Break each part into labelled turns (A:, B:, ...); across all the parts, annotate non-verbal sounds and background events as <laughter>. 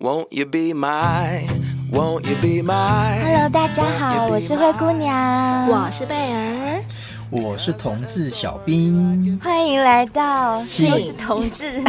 A: Won't you be my? Won't you be my?
B: Hello，大家好，我是灰姑娘，
C: 我是贝儿，
D: 我是同志小兵，
B: 欢迎来到
D: 性
B: 又是同志性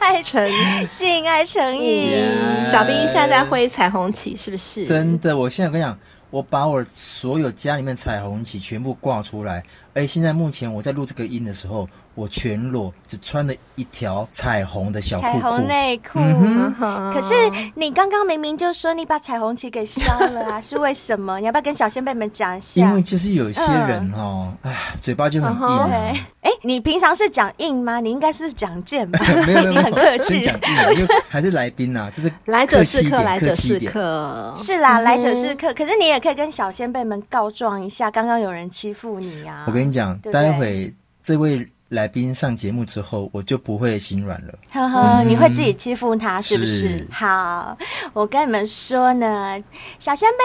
B: 爱成性爱成瘾。
D: Yeah
C: 小兵现在在挥彩虹旗，是不是？
D: 真的，我现在我跟你讲，我把我所有家里面彩虹旗全部挂出来。哎，现在目前我在录这个音的时候，我全裸，只穿了一条彩虹的小裤裤。
B: 彩虹内裤，
D: 嗯
C: 哼
B: 可是你刚刚明明就说你把彩虹旗给烧了啊，是为什么？你要不要跟小先辈们讲一
D: 因
B: 下
D: 为？就是有些人哦，哎、嘴巴就很硬、
B: 对，
D: 啊。？
B: 哎，你平常是讲硬吗？你应该是讲贱吧
D: <laughs> 没有没有，
B: 你很客
D: 真
B: 气。
D: 讲硬啊，因为还是来宾呐、就是
C: 来者是客，
D: 客，
C: 来者是
D: 客气一点。
C: 客。
B: 是啦，来者是客，可是你也可以跟小先辈们告状一下，刚刚有人欺负你啊！
D: 我跟你讲，
B: 对不对
D: 待会这位来宾上节目之后，我就不会心软了。
B: 呵呵，
D: 嗯
B: 你会自己欺负他是不是？
D: 是
B: 好，我跟你们说呢，小先辈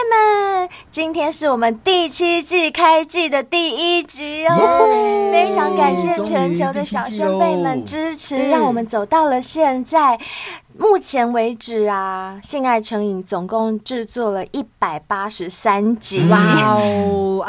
B: 们，今天是我们第七季开季的第一集哦，非常感谢全球的小先辈们支持，
C: 嗯
B: 让我们走到了现在。目前为止啊，《性爱成瘾》总共制作了一百八十三
D: 嗯
B: 集。
C: 哇哦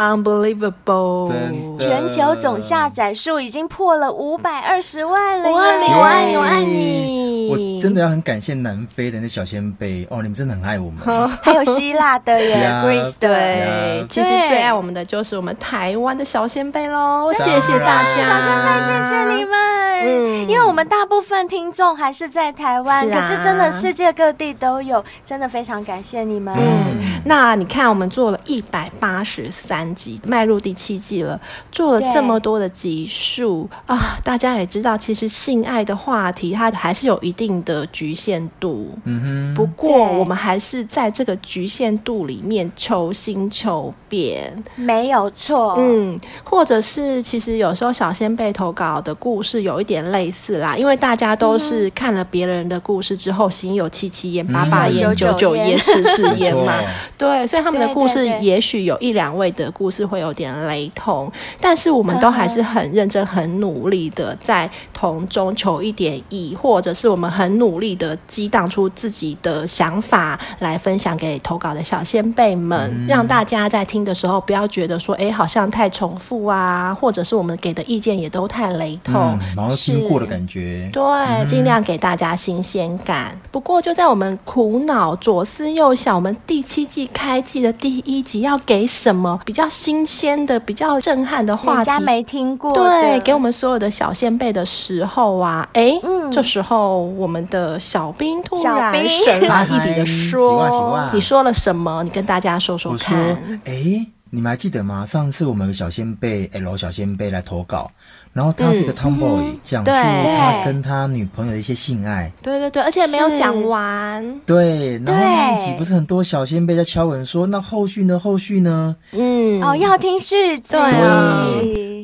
C: ，unbelievable！
D: 真的
B: 全球总下载数已经破了五百二十万了耶！
C: 我爱你，
D: 耶
C: 我爱你，我爱你！
D: 我真的要很感谢南非的那小先辈哦，你们真的很爱我们。
B: 还有希腊的耶
D: <laughs> 呀
B: ，Greece 的，
C: 对
D: 呀，
C: 其实
B: 对
C: 最爱我们的就是我们台湾的小先辈喽，
D: 真的
C: 谢谢大家，
B: 小先辈，谢谢你。们。
C: 嗯
B: 因为我们大部分听众还是在台湾，
C: 是啊
B: 可是真的世界各地都有，真的非常感谢你们。
C: 嗯，那你看，我们做了一百八十三集，迈入第七季了，做了这么多的集数啊！大家也知道，其实性爱的话题它还是有一定的局限度。
D: 嗯
C: 不
D: 哼，
C: 过，
B: 对
C: 我们还是在这个局限度里面求新求变，
B: 没有错。
C: 嗯，或者是其实有时候小先辈投稿的故事有一点类似啦，因为大家都是看了别人的故事之后，心有戚戚焉、八八
D: 嗯嗯
C: 焉、
B: 九
C: 九
B: 九
C: 九
B: 焉
C: 焉、事事
D: 没
C: 焉
D: 错
C: 嘛。对，所以他们的
B: 对
C: 故事
B: 对对
C: 也许有一两位的故事会有点雷同，但是我们都还是很认真、很努力的在从中求一点意，或者是我们很努力的激荡出自己的想法来分享给投稿的小先辈们，让大家在听的时候不要觉得说，哎，好像太重复啊，或者是我们给的意见也都太雷同。
D: 嗯，然后听过的感觉，
C: 对，尽量给大家新鲜
B: 嗯
C: 感。不过就在我们苦恼左思右想，我们第七季开季的第一集要给什么比较新鲜的、比较震撼的话
B: 人
C: 题？
B: 家没听过的，
C: 对，给我们所有的小先辈的时候啊，哎，
B: 嗯
C: 这时候我们的小兵突
B: 小
C: 然
B: 兵
C: 神来一笔的
D: 喜哇喜
C: 说
D: 哇：“
C: 你说了什么？你跟大家说说
D: 我
C: 看
D: 说。，哎，你们还记得吗？上次我们有个小先辈，L 小先辈来投稿，然后他是一个
C: 嗯
D: tomboy，讲述
C: 对
D: 他跟他女朋友的一些性爱。
C: 对对对，而且没有
B: 是
C: 讲完。
D: 对，然后那一
B: 对
D: 集不是很多小先辈在敲门说，那后续呢？后续呢？
C: 嗯，
B: 哦，要听续集。
C: 对啊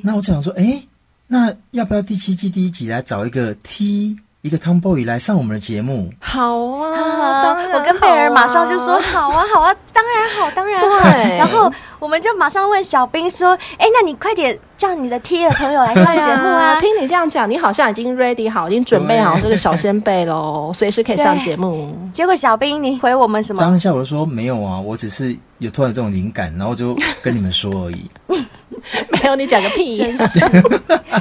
D: 那我就想说，哎、那要不要第七季第一集来找一个 T 一个 Tomboy 来上我们的节目？
C: 好啊，
B: 啊
C: <laughs> 当！然
B: 我跟贝尔马上就
C: 好
B: 说
C: 啊
B: 好啊，好啊，当然好，当然好。
C: 对
B: 然后我们就马上问小兵说：“哎，那你快点叫你的 T 的朋友来上节目啊！”
C: 听你这样讲，你好像已经 ready 好，已经准备好这个小先辈喽，随时可以上节目。
B: 结果小兵，你回我们什么？
D: 当下我就说没有啊，我只是有突然有这种灵感，然后就跟你们说而
B: <laughs>
D: 已。
C: <laughs> 没有你讲个屁！
B: 真是，哎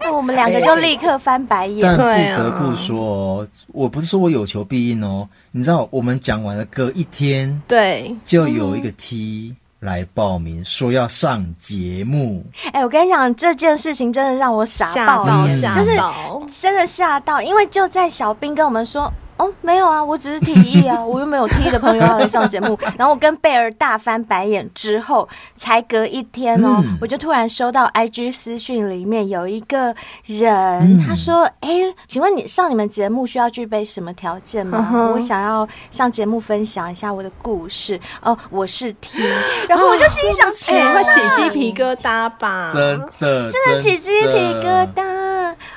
B: 那我们两个就立刻翻白眼
D: 但。不
C: 对啊
D: 得不说哦，我不是说我有求必应哦，你知道我们讲完了，隔一天
C: 对，
D: 就有一
B: 嗯
D: 个 T 来报名说要上节目，
B: 哎、我跟你讲，这件事情真的让我傻
C: 吓
B: 爆
C: 到
B: 了，
D: 嗯
C: 吓
B: 就是
C: 到，
B: 真的吓到，因为就在小兵跟我们说。哦，没有啊，我只是提议啊，我又没有 T 的朋友要来上节目。然后我跟贝尔大翻白眼之后，才隔一天哦，
D: 嗯
B: 我就突然收到 IG 私讯里面有一个人，他说：“哎，请问你上你们节目需要具备什么条件吗？
C: 嗯哼
B: 我想要上节目分享一下我的故事。哦，我是 T。”然后我就心想：“
C: 哎，
B: 天
C: 会
B: 哪啊
C: 起鸡皮疙瘩吧？
D: 真的
B: 真的起鸡皮疙
D: 真的
B: 瘩。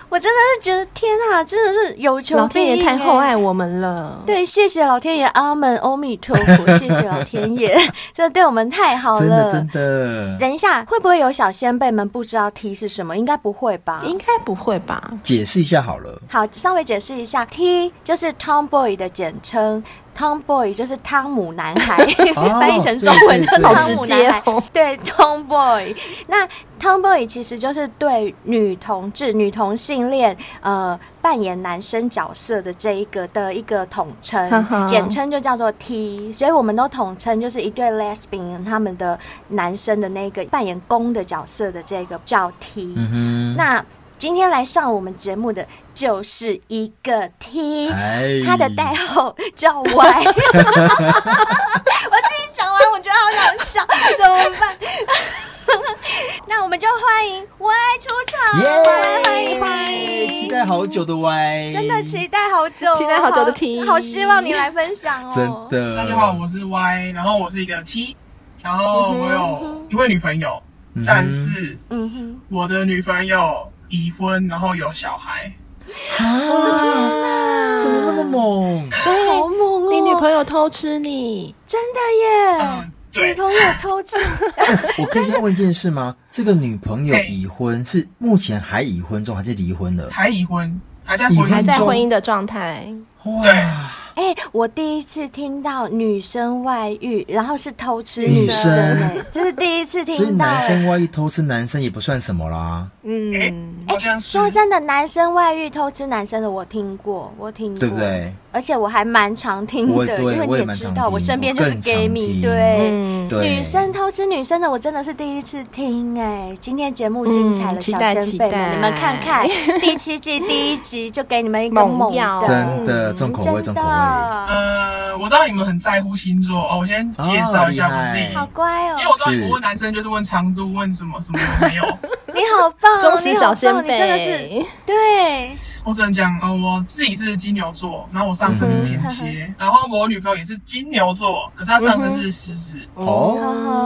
B: 我真的是觉得天啊，真的是有求
C: 老
B: 必
C: 天
B: 应、欸
C: 爷太厚爱我们了。
B: 对，谢谢老天爷，阿门，阿
C: <laughs>
B: 弥陀佛，谢谢老天爷，真的对我们太好
D: 真
B: 了。
D: 的真的。
B: 等一下，会不会有小先辈们不知道 T 是什么？应该不会吧？
C: 应该不会吧？
D: 解释一下好了，
B: 好，稍微解释一下，T 就是 Tomboy 的简称，Tomboy 就是汤姆男
C: <laughs>
B: 孩，
D: 哦
B: <laughs> 翻译成中文就
D: 对
B: 是
D: 对
B: 汤姆男孩
D: 对
C: 好直接哦。
B: 对，Tomboy。那 Tomboy 其实就是对女同志、女同性恋呃扮演男生角色的这一个的一个统
C: 哈
B: 称，
C: 哈
B: 简称就叫做 T，所以我们都统称就是一对 Lesbian 他们的男生的那个扮演公的角色的这个叫 T。
D: 嗯哼，
B: 那今天来上我们节目的就是一个 T，
D: 哎
B: 他的代号叫 Y。我 <laughs> 自己讲完，我觉得好想笑，怎么办？ <laughs> 那我们就欢迎 Y 出场
D: 耶，
B: Y 欢迎欢
D: 期
B: 迎，
D: 待好久的 Y，
B: 真的期待好久哦，
C: 期待好久的 T
B: 好好希望你来分享哦，
D: 真的。
E: 大家好，我是 Y，然后我是一个 T，然后我有一位女朋友，但是
B: 嗯哼，
E: 我的女朋友已婚，然后有小孩。
D: 啊，怎么那么猛？
B: 好猛哦，
C: 你女朋友偷吃你，
B: 真的
E: 嗯，
B: 耶，女
E: 对，
B: 朋友偷吃，
D: 我可以先问一件事吗？这个女朋友已婚，是目前还已婚中，还是离婚了？
E: 还已婚，还在
D: 已
E: 婚
D: 婚
E: 姻
C: 还在
D: 中
E: 中。
C: 婚姻的状态，
D: 哇，
B: 哎、我第一次听到女生外遇，然后是偷吃
D: 女
B: 女生、
D: 生
B: 哎，这是第一次
D: 所以
B: 听到、
D: 男生
B: 哎
D: 外遇偷吃男生也不算什么啦，
C: 嗯，
E: 好像是
B: 说真的，男生外遇偷吃男生的，我听过，我听过，
D: 对不？对？
B: 而且我还蛮常听
D: 我也
B: 的，
D: 对
B: 因为你
D: 我也
B: 也
D: 蛮
B: 知
D: 常
B: 道，
D: 听
B: 我身边就是
D: 我更常
B: gay 蜜，
D: 听
B: 对。
C: 嗯，
D: 对，
B: 女生偷吃女生的，我真的是第一次听哎、今天节目精彩了，
C: 嗯期
B: 小
C: 待
B: 先辈
C: 期待
B: 们，你们看
C: <laughs>
B: 看第七季第一集就给你们一个
C: 猛
B: 猛
C: 药
B: 的，
D: 真的重口味，
B: 真
D: 重
B: 的
D: 口味。
E: 呃，我知道你们很在乎星座哦，我先介绍一下我自己，
D: 哦
B: 好乖哦，
E: 因为我知道你们问男生就是问长度，问什么什么有没有。
B: 你好棒、哦，
C: 忠实
B: 你好
C: 小
B: 棒
C: 先
B: 你真的是
C: 辈，
B: 对，
E: <laughs> 我只能讲，呃，我自己是金牛座，然后我上升是天蝎，然后我女朋友也是金牛座，可是她上升是狮子，
D: 哦，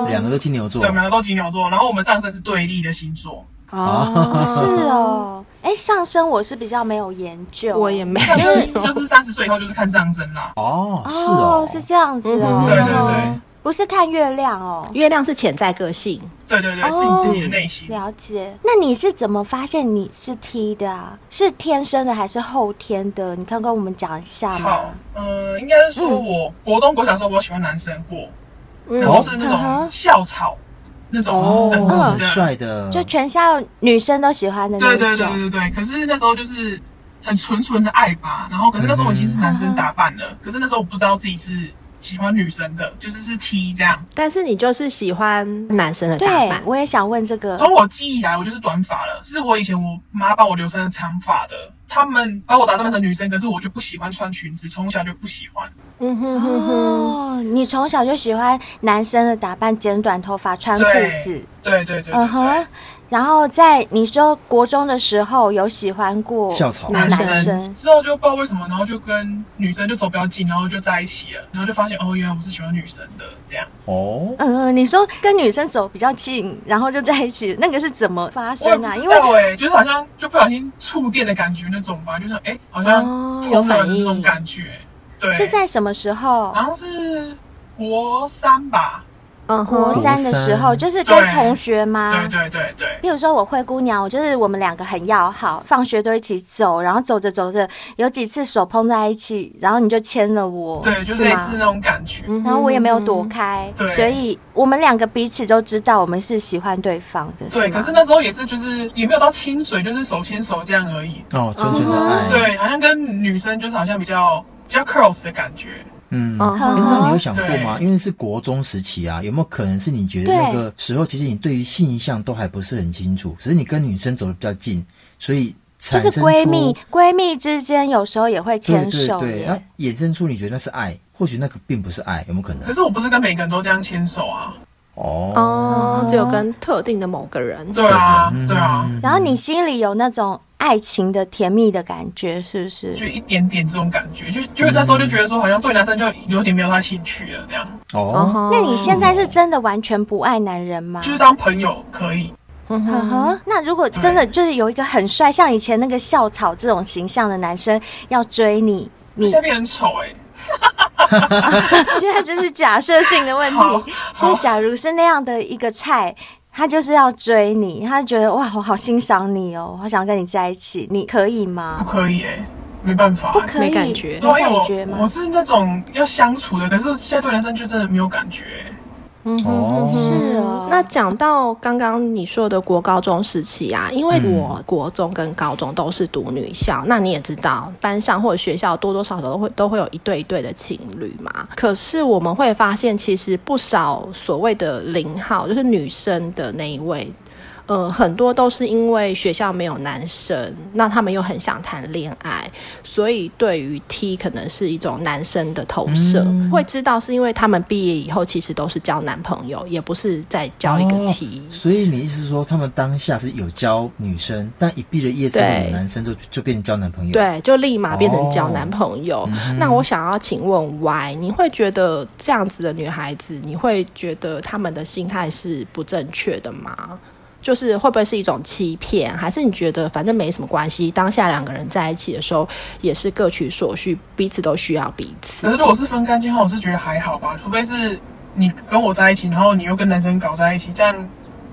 B: 呵
D: 两个都金牛座
E: 对，我，们两个都金牛座，然后我们上升是对立的星座，
C: 哦，
B: 是哦。哎，上升我是比较没有研究，
C: 我也 <laughs> 没
E: 上升
C: 有，
E: 就是三十岁以后就是看上升啦。
D: 哦，是
B: 哦
D: 哦，，
B: 是这样子哦
C: 嗯，
E: 对对对，
B: 不是看月亮哦。
C: 月亮是潜在个性，
E: 对对对，是你自己的内心。
B: 了解，那你是怎么发现你是 T 的啊？是天生的还是后天的？你看跟我们讲一下
E: 好
B: 吗？，
E: 呃，应该是说我国中国小的时候，我喜欢男生过，
C: 嗯
E: 然后是
B: 嗯
E: 那
B: 嗯
E: 种
B: 哼
E: 校草那种
D: 哦，
E: 等
D: 很
E: 级的，
D: 帅的，
B: 就全校女生都喜欢的嗯那
E: 对
B: 一
E: 对对
B: 种，
E: 对对对。可是那时候就是很纯纯的爱吧，然后可是那时候我已经是男生打扮了，可是那时候我不知道自己是喜欢女生的，就是是 T 这样。
C: 但是你就是喜欢男生的打扮，
B: 我也想问这个。
E: 从我记忆以来，我就是短发了，是我以前我妈帮我留成长发的。他们把我打扮成女生，可是我就不喜欢穿裙子，从小就不喜欢。
C: 嗯哼哼哼，
B: 哦，你从小就喜欢男生的打扮，剪短头发，穿裤
E: 对
B: 子，
E: 对对对对对
B: 嗯哼，然后在你说国中的时候有喜欢过
D: 校草
B: 男
E: 生
B: 生，
E: 之后就不知道为什么，然后就跟女生就走比较近，然后就在一起了，然后就发现哦，原来我是喜欢女生的这样。
D: 哦，
B: 嗯嗯，你说跟女生走比较近，然后就在一起，那个是怎么发
E: 我也
B: 生
E: 不
B: 啊？
E: 知
B: 因为
E: 道哎、就是好像就不小心触电的感觉那种吧，就是哎、好像
C: 哦有
E: 通了
C: 反应
E: 那种感觉。对，
B: 是在什么时候？
E: 好像是国三吧。
C: 嗯
B: 国
C: 哼，
B: 三的时候，
D: 国三
B: 就是跟
E: 对
B: 同学吗？
E: 对对对对
B: 比如说我灰姑娘，我就是我们两个很要好，放学都一起走，然后走着走着，有几次手碰在一起，然后你就牵了我，
E: 对，就是类
B: 吗
E: 似？那种感觉。
C: 嗯哼
B: 然后我也没有躲，开，
E: 对
B: 所以我们两个彼此都知道我们是喜欢对方的，
E: 对，
B: 吗
E: 可是那时候也是，就是也没有到亲嘴，就是手牵手这样而已。
D: 哦，纯纯的爱，，
B: 嗯
E: 对，好像跟女生就是好像比较比较 close 的感觉。
D: 嗯，
C: 嗯
D: 诶
C: 哼
D: 那你有想过
E: 对
D: 吗？因为是国中时期啊，有没有可能是你觉得
B: 对
D: 那个时候，其实你对于性向都还不是很清楚，只是你跟女生走的比较近，所以
B: 就
D: 产
B: 是
D: 生出
B: 闺蜜，闺蜜之间有时候也会
D: 对
B: 牵
D: 对
B: 手
D: 对，啊
B: 耶。
D: 那衍生出你觉得那是爱，或许那个并不是爱，有没有可能
E: 可？是我不是跟每个人都这样牵手啊。
D: 哦，
C: 哦，只有跟特定的某个人，
E: 对啊
D: 嗯，
E: 对啊，
B: 然后你心里有那种爱情的甜蜜的感觉，是不是？
E: 就一点点这种感觉，就就那时候就觉得说，好像对男生就有点没有太兴趣了，这样。
C: 嗯
D: 哦，
B: 那你现在是真的完全不爱男人吗？
E: 就是当朋友可以，
B: 呵
E: 嗯
B: 呵，那如果真的就是有一个很帅，像以前那个校草这种形象的男生要追你，你
E: 下面很丑哎、
B: <laughs> 我觉得这啊是假设性的问
E: 好
B: 题，就是假如是那样的一个菜。他就是要追你，他觉得哇，我好欣赏你哦，我好想跟你在一起，你可以吗
E: <laughs> 不？可以哎、没办法、
B: 不
E: 欸。
B: 可以，
C: 没感觉
B: 没
E: 对啊
B: 感
E: 因
B: 觉
E: 为我我
B: 吗？
E: 是那种要相处的，可是现在对男生就真的没有感觉欸、
C: 嗯哼
D: 哦
B: 是哦
C: 嗯
E: 嗯
C: 那讲到刚刚你说的国高中时期啊，因为我国中跟高中都是读女校，那你也知道，班上或者学校多多少少都会都会有一对一对的情侣嘛。可是我们会发现，其实不少所谓的零号，就是女生的那一位。呃，很多都是因为学校没有男生，那他们又很想谈恋爱，所以对于 T 可能是一种男生的投射，会知道是因为他们毕业以后其实都是交男朋友，也不是在交一个 T。
D: 所以你意思是说，他们当下是有交女生，但一毕了业之后，
C: 对
D: 有男生就就变成交男朋友。，
C: 对，就立马变成交男朋友。那我想要请问 Y，你会觉得这样子的女孩子，你会觉得她们的心态是不正确的吗？就是会不会是一种欺骗，还是你觉得反正没什么关系？当下两个人在一起的时候，也是各取所需，彼此都需要彼此
E: 可。是如果是分干净的话，我是觉得还好吧，除非是你跟我在一起，然后你又跟男生搞在一起，这样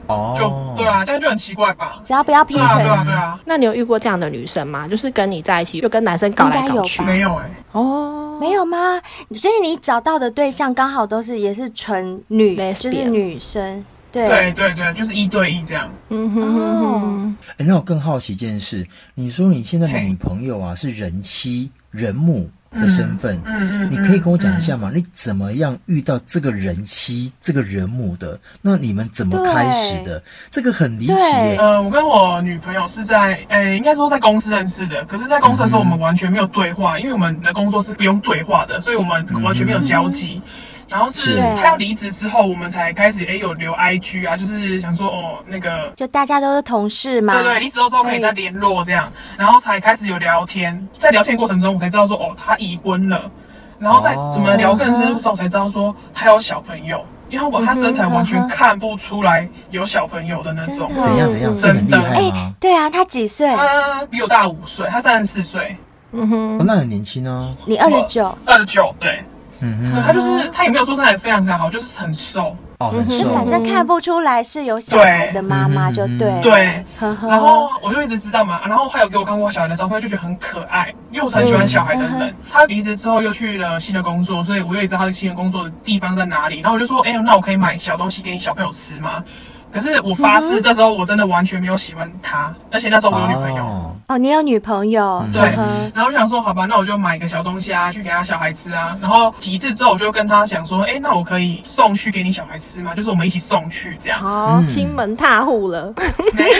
D: 哦，
E: 就、对啊，这样就很奇怪吧？
B: 只要不要劈
E: 对啊，对
B: 腿，
E: 啊，对啊，
C: 那你有遇过这样的女生吗？就是跟你在一起，又跟男生搞来搞去
B: 应该有吧
E: 没有哎、
C: 哦，
B: 没有吗？所以你找到的对象刚好都是也是纯女，
C: Lesbian
B: 就是女生，对，
E: 对嗯对对，就是一对一这样。
C: 嗯哼哼哼，
D: 哎、那我更好奇一件事，你说你现在的
E: 嘿
D: 女朋友啊是人妻、人母的身份，
E: 嗯嗯，
D: 你可以跟我讲一下吗？你怎么样遇到这个人妻、这个人母的？那你们怎么开始的？这个很离奇耶、
E: 呃，我跟我女朋友是在，诶、应该说在公司认识的。可是，在公司的时候，我们完全没有对话，因为我们的工作是不用对话的，所以我们完全没有交集。然后嗯是
D: 是
E: 她要离职之后，我们才开始，诶、有留 IG 啊，就是想说，哦，那个
B: 就大家都是同事嘛，
E: 对对，离职后之后可以再联络这样，然后才开始有聊天，在聊天过程中我才知道说哦，他已婚了，然后再
D: 哦
E: 怎么聊更深入之后才知道说他有小朋友，因为我他身材完全看不出来有小朋友的那种，
B: 真的
D: 怎样怎
E: 哦
D: 样？
B: 嗯
D: 这很厉害
B: 哎、
D: 吗？
B: 对啊，他几岁？
E: 他比我大五岁，他三十四岁，
C: 嗯哼，
D: 哦那很年轻哦、
B: 你二十九，
E: 二十九，对，
D: 嗯
E: 对
D: 哼，
E: 他就是他也没有说身材非常的好，就是很瘦，
D: 哦，很
B: 就
D: 瘦，
B: 嗯反正看不出来是有小孩的妈妈就对了，
E: 对，嗯
B: 呵呵，
E: 然后我就一直知道嘛，然后还有给我看过小孩的照片，就觉得很可爱，因为我是很喜欢小孩的人。他离职之后又去了新的工作，所以我也知道他的新的工作的地方在哪里。然后我就说，哎、那我可以买小东西给你小朋友吃吗？可是我发誓，这时候我真的完全没有喜欢他，而且那时候我有女朋友。
D: 哦，
B: 哦，你有女朋友，嗯
E: 对
B: 呵呵，
E: 然后我就想说，好吧，那我就买个小东西啊，去给他小孩吃啊。然后几次之后，我就跟他想说，哎、那我可以送去给你小孩吃吗？就是我们一起送去这样。
C: 好，亲门踏户了。
E: <laughs> 没有，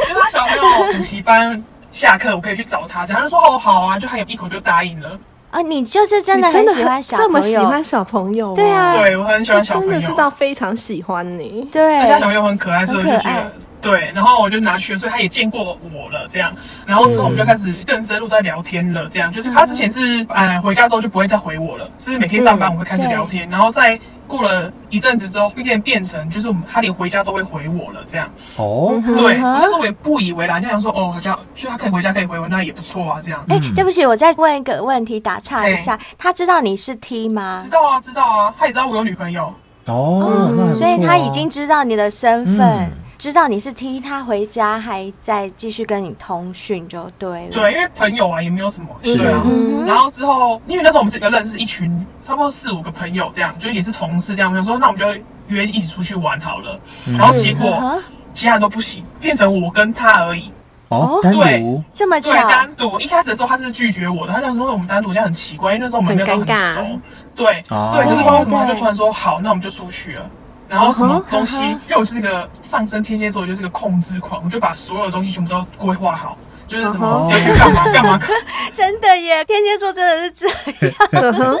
E: 就是他小朋友补习班下课，我可以去找他，这样他就说哦好啊，就他一口就答应了。
B: 啊，你就是真的
C: 你真
B: 很
C: 的
B: 喜欢小
C: 这么
B: 朋
C: 喜
B: 友，
C: 欢小朋友、哦
B: 对啊
E: 对我很
C: 嗯
E: 喜
C: 这
E: 欢小朋
C: 真
E: 友，
C: 的是到非常喜欢 <laughs> 你。
E: 而
B: 对
E: 且他小朋友很可爱，所以我就觉
B: 很可
E: 得
B: 爱
E: 对。然后我就拿去了，所以他也见过我了，这样。然后之后我们就开始更深入在聊天了，这样。就是他之前是呃回家之后就不会再回我了，是每天上班我会开始聊天，然后再过了一阵子之后，渐渐变成就是我们他连回家都会回我了，这样。
D: 哦，
E: 对，
B: 嗯哼
E: 那时候我也不以为然，就想说哦，好像就他可以回家可以回我，那也不错啊，这样。
B: 哎、对不起，我再问一个问题，打岔一下，他知道你是 T 吗？
E: 知道啊，知道啊，他也知道我有女朋友。
D: 哦，那很不错
B: 所以他已经
D: 哦
B: 知道你的身份，
D: 嗯
B: 知道你是 T，他回家还在继续跟你通讯就对了。
E: 对，因为朋友啊也没有什么，
D: 是
E: 对啊。
B: 嗯
E: 然后之后，因为那时候我们是一个认识一群差不多四五个朋友这样，就也是同事这样，我想说那我们就约一起出去玩好了。然后结果
B: 呵呵
E: 其他人都不行，变成我跟他而已，
D: 哦
B: 哦，
D: 单
E: 对
D: 独
B: 这么巧
E: 对，，单独。一开始的时候他是拒绝我的，他就说我们单独这样很奇怪，因为那时候我们没有到
C: 很尴尬
E: 熟。对
D: 哦
E: 对，就是不知道为什么他
B: 对
E: 就突然说好，那我们就出去了。然后什么东西
B: 嗯哼嗯哼，
E: 因为我就是个上升天蝎座，我就是个控制狂，我就把所有的东西全部都规划好，就是什么
C: 哦
D: 嗯哼
E: 要去干嘛干嘛干嘛。
B: 哎真的耶！天蝎座真的是这样，
C: 嗯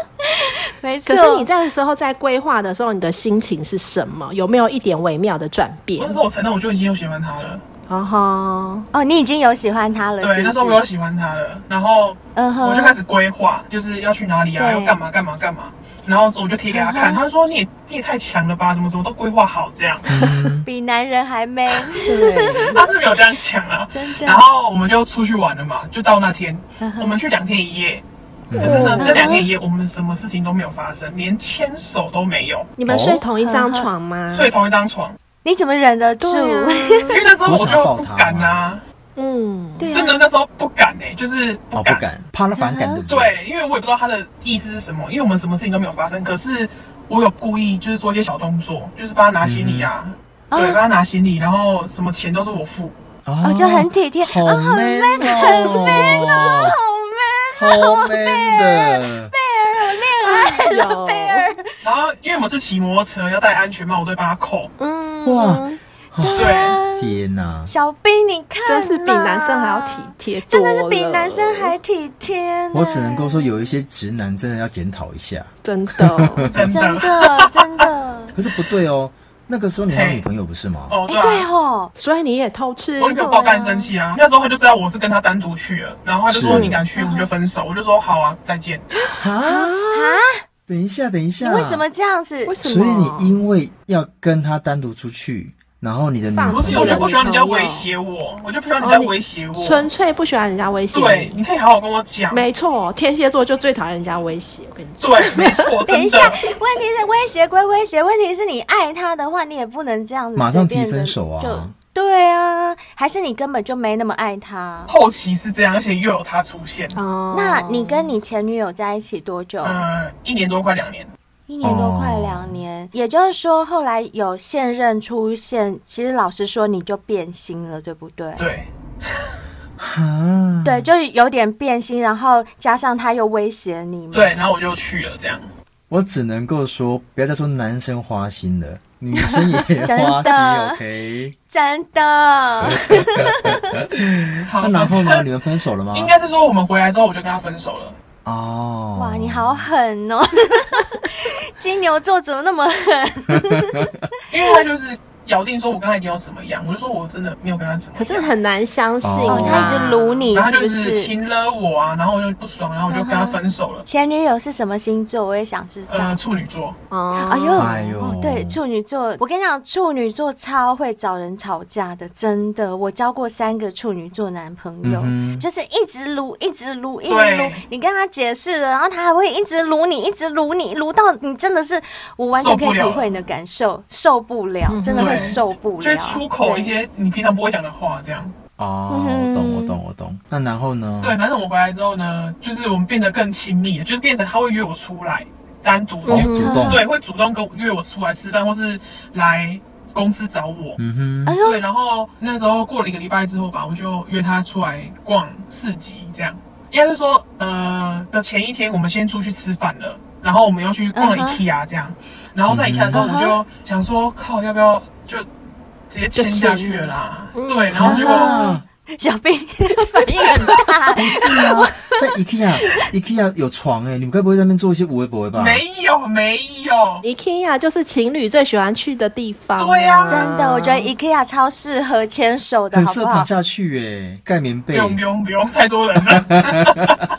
B: 没错。
C: 可是你在时候在规划的时候，你的心情是什么？有没有一点微妙的转变
E: 那？时候我承认我就已经有喜欢他了，
C: 啊哈，
B: 哦，你已经有喜欢他了，
E: 对，
B: 是
E: 那
B: 不
E: 时
B: 是
E: 候我有喜欢他了，然后
B: 嗯哼
E: 我就开始规划，就是要去哪里啊，
B: 对
E: 要干嘛干嘛干嘛。然后我就贴给他
C: 嗯
E: 看，他说你也你也太强了吧，怎么怎么都规划好这样，
B: 比男人还 man，
C: 对，
E: <laughs> 他是没有这样讲啊。
B: 真的。嗯
E: 然后我们就出去玩了嘛，就到那天，我们去两天一夜。
D: 嗯
E: 可是呢，这两天一夜我们什么事情都没有发生，连牵手都没有，
C: 你们
D: 哦
C: 睡同一张床吗？
B: 嗯
E: 睡同一
B: <laughs>
E: 张床。
B: 你怎么忍得住？
C: 对啊
E: 因为那时候我就不敢啊，
C: 嗯，
B: 对
E: 真的
B: 啊，
E: 那时候不敢哎、就是不
D: 哦，
E: 敢。
D: 不敢，怕他
B: 嗯
D: 反感，对不对？
E: 对，因为我也不知道他的意思是什么，因为我们什么事情都没有发生。可是我有故意就是做一些小动作，就是帮他拿行李啊，
B: 嗯
E: 对，
B: 啊
E: 帮他拿行李，然后什么钱都是我付。
D: 哦
B: 哦，就很体贴，
D: 好
B: 哦，好
D: man，
B: man，
D: 哦
B: 很 man 哦，
D: <laughs>
B: 好 man
D: 超
B: <laughs> 哦，
D: man 的，
C: 有，
E: 然后因为我们是骑摩托车，要戴安全帽，我都会帮他扣。
C: 嗯，
B: 啊
D: 哇，
E: 对，
D: 啊天哪！
B: 小兵，你看，
C: 真是比男生还要体，贴多
B: 真
C: 了，
B: 的是比男生还体贴呢。
D: 我只能够说，有一些直男真的要检讨一下。
C: 真 <laughs> 的
E: 真的。
B: 真
D: <laughs>
B: 的真的，
D: 可是不对哦，那个时候你还有女朋友不是吗？
E: 哦，
B: 哎，
E: 对
B: 对 <laughs>
E: 啊。
B: 哦，
C: 所以你也偷吃
E: 我，女朋友爆肝生气啊！那时候他就知道我是跟他单独去了，然后他就是说你敢去，我们就分手。我就说好啊，再见。
D: 啊，
B: 啊，
D: 等一下，等一
B: 你
D: 下，
B: 为什么？这样子
C: 为？什么？
D: 所以你因为要跟他单独出去，然后你的女
C: 放
D: 朋
E: 不是，
C: 弃
E: 我
D: 友
E: 就
C: 了
E: 不喜欢人家威胁我，我就不喜欢人家
C: 哦你
E: 威胁我。
C: 纯粹不喜欢人家威胁
E: 对，
C: 你。
E: 你可以好好跟我讲。
C: 没错，天蝎座就最讨厌人家威胁。我跟你说，
E: 对，没错，
B: 等
E: 真
B: 一
E: 的
B: 下，。问题是威胁归威胁，问题是你爱他的话，你也不能这样子
D: 马上
B: 随便
D: 提
B: 地
D: 分手啊
B: 就对啊，还是你根本就没那么爱他？
E: 后期是这样，而且又有他出现，
C: 哦
B: 那你跟你前女友在一起多久？
E: 嗯，一年多快两年，
B: 一年多，快两年。也就是说，后来有现任出现，其实老实说，你就变心了，对不对？
E: 对，
D: 啊，
B: 对，就是有点变心，然后加上他又威胁你嘛。
E: 对，然后我就去了，这样，
D: 我只能够说，不要再说男生花心了，女生
B: <laughs>
D: 也
B: 真
D: 花心
B: 的
D: ，OK？
B: 真的。
D: 那
E: 好
D: 然后呢？
E: 反
D: 你
E: 正
D: 们分手了吗？
E: <laughs> 应该是说我们回来之后，我就跟他分手了。
D: 哦，
B: 哇，你好狠哦！ <laughs> 金牛座怎么那么狠？
E: 因为他就是咬定说我跟他一定要怎么样，我就说我真的没有跟他怎么样。
C: 可是很难相信
D: 哦
C: 啊、
B: 哦，他一直撸你，
E: 然后
B: 是
E: 他
B: 不
E: 就是
B: 是？
E: 亲了我啊，然后我就不爽，然后我就跟他分手了。
B: 前女友是什么星座？我也想知道。
E: 呃，处女座，
C: 哦，
B: 哎呦，
D: 哎呦
B: 哦，对，处女座，我跟你讲，处女座超会找人吵架的，真的。我交过三个处女座男朋友，
D: 嗯哼
B: 就是一直撸，一直撸，一直撸
E: 对。
B: 你跟他解释了，然后他还会一直撸你，一直撸你，撸到你真的是，我完全可以体
E: 受不了
B: 会你的感受，受不了，真的会
E: 对
B: 受不了。
E: 就是出口
B: 对
E: 一些你平常不会讲的话，这样。
D: 哦，
B: 嗯
D: 我懂，我懂，我懂。那然后呢？哦
E: 对，反正我回来之后呢，就是我们变得更亲密了，就是变成他会约我出来单独
B: 嗯
D: 哦
E: 约，
D: 主动，
E: 对，会主动跟我约我出来吃饭，或是来公司找我。
D: 嗯哼，
B: 哎呦
E: 对，然后那时候过了一个礼拜之后吧，我就约他出来逛市集，这样应该是说，呃的前一天我们先出去吃饭了，然后我们又去逛了
B: 嗯哼
E: IKEA 这样然后在 IKEA 的时候
B: 嗯
E: 我
B: 哼
E: 就想说，靠，要不要就直接签下去了啦？
B: 嗯
E: 对，然后结果、
D: 啊，
B: 小兵反应很大，
D: 是啊， <laughs> 在 IKEA，IKEA 有床哎、你们该不会在那边做一些无微不微吧？
E: 没有没有，
C: IKEA 就是情侣最喜欢去的地方、
E: 对呀
B: 真的，我觉得 IKEA 超适合牵手的，
D: 很
B: 好
D: 适
B: 不
D: 合躺
B: 好？
D: 下去哎、盖棉
E: 不
D: 被。
E: 用不用不用，太多人了。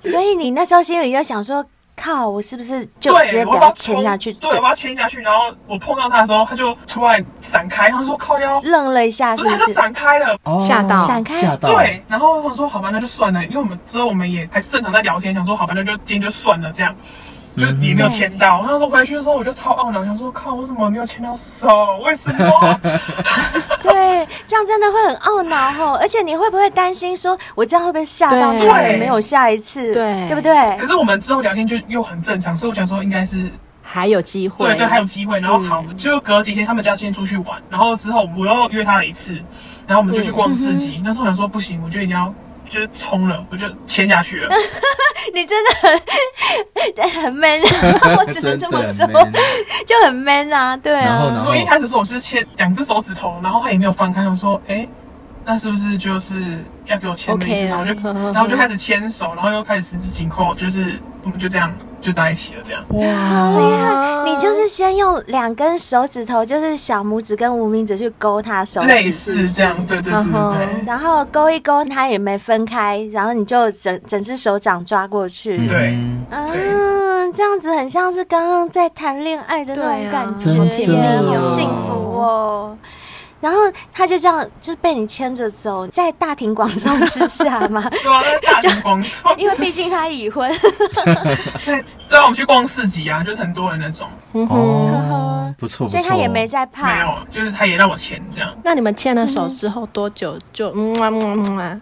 B: 所以你那时候心里就想说，靠，我是不是 <laughs> 就
E: 对，
B: 直接
E: 我
B: 给
E: 把
B: 他
E: 它
B: 牵
E: 冲
B: 下去？
E: 对，我把它牵下去，然后我碰到他的时候，他就突然闪开，他说靠腰，
B: 愣了一下，
E: 不
B: 嗯是
E: 是，他
B: 不？
E: 就是闪开了。
D: 哦
C: 吓到
B: 闪开
D: 吓到，
E: 对，然后我说好吧，那就算了，因为我们之后我们也还是正常在聊天，想说好吧，那就今天就算了，这样就也没有签到。那时候回去的时候，我就超懊恼，想说靠，为什么没有牵到手？为什么？
B: 对，这样真的会很懊恼吼。而且你会不会担心说，我这样会不会吓到
C: 对
B: 他，我没有下一次？
C: 对
B: 对不 <laughs> 对
E: 可？是我们之后聊天就又很正常，所以我想说应该是
C: 还有机会，
E: 对对，还有机会。然后好，就隔几天他们家先出去玩，然后之后我又约他了一次，然后我们就去逛市集。那时候我想说不行，我就一定要就是冲了，我就签下去了。
B: 你真的很 <laughs> 很 man，我啊
D: <laughs>
B: 只能
D: 真
B: 这
D: 的
B: 么说
D: 很，man
B: 就很 man 啊，对
D: 然后
B: 啊。
D: 呢
E: 我一开始说我是牵两只手指头，然后他也没有放开，我说，哎、那是不是就是要给我牵的意
C: OK
E: 思？然
C: 啊
E: 后就，然后就开始牵手，然后又开始十指紧扣，就是我们就这样就在一起了，这样。
D: 哇，
B: 对啊，你就是先用两根手指头，就是小拇指跟无名指去勾他手指，
E: 类
B: 是不是
E: 似
B: 嗯
E: 这样，对对对对对
B: 然后勾一勾，它也没分开，然后你就整整只手掌抓过去。
E: 对
D: 嗯
B: 嗯，这样子很像是刚刚在谈恋爱的那
F: 对
B: 种
F: 啊
B: 感觉，
D: 真的
F: 甜蜜哦
B: 好幸福哦。然后他就这样就被你牵着走，在大庭广众之下
C: <laughs>
B: 嘛，
E: 对啊，在大庭广众，
B: 因为毕竟他已婚，
E: 对 <laughs> 对啊，我们去逛市集啊，就是很多人那种，
C: 嗯哼。
D: 哦，不错不
B: 所
D: 错，
B: 以他也没在
E: 没
B: 怕。
E: 有，就是他也让我钱这样，
C: 那你们牵了手之后多久就嗯啊嗯啊
E: <laughs>
C: 嗯啊？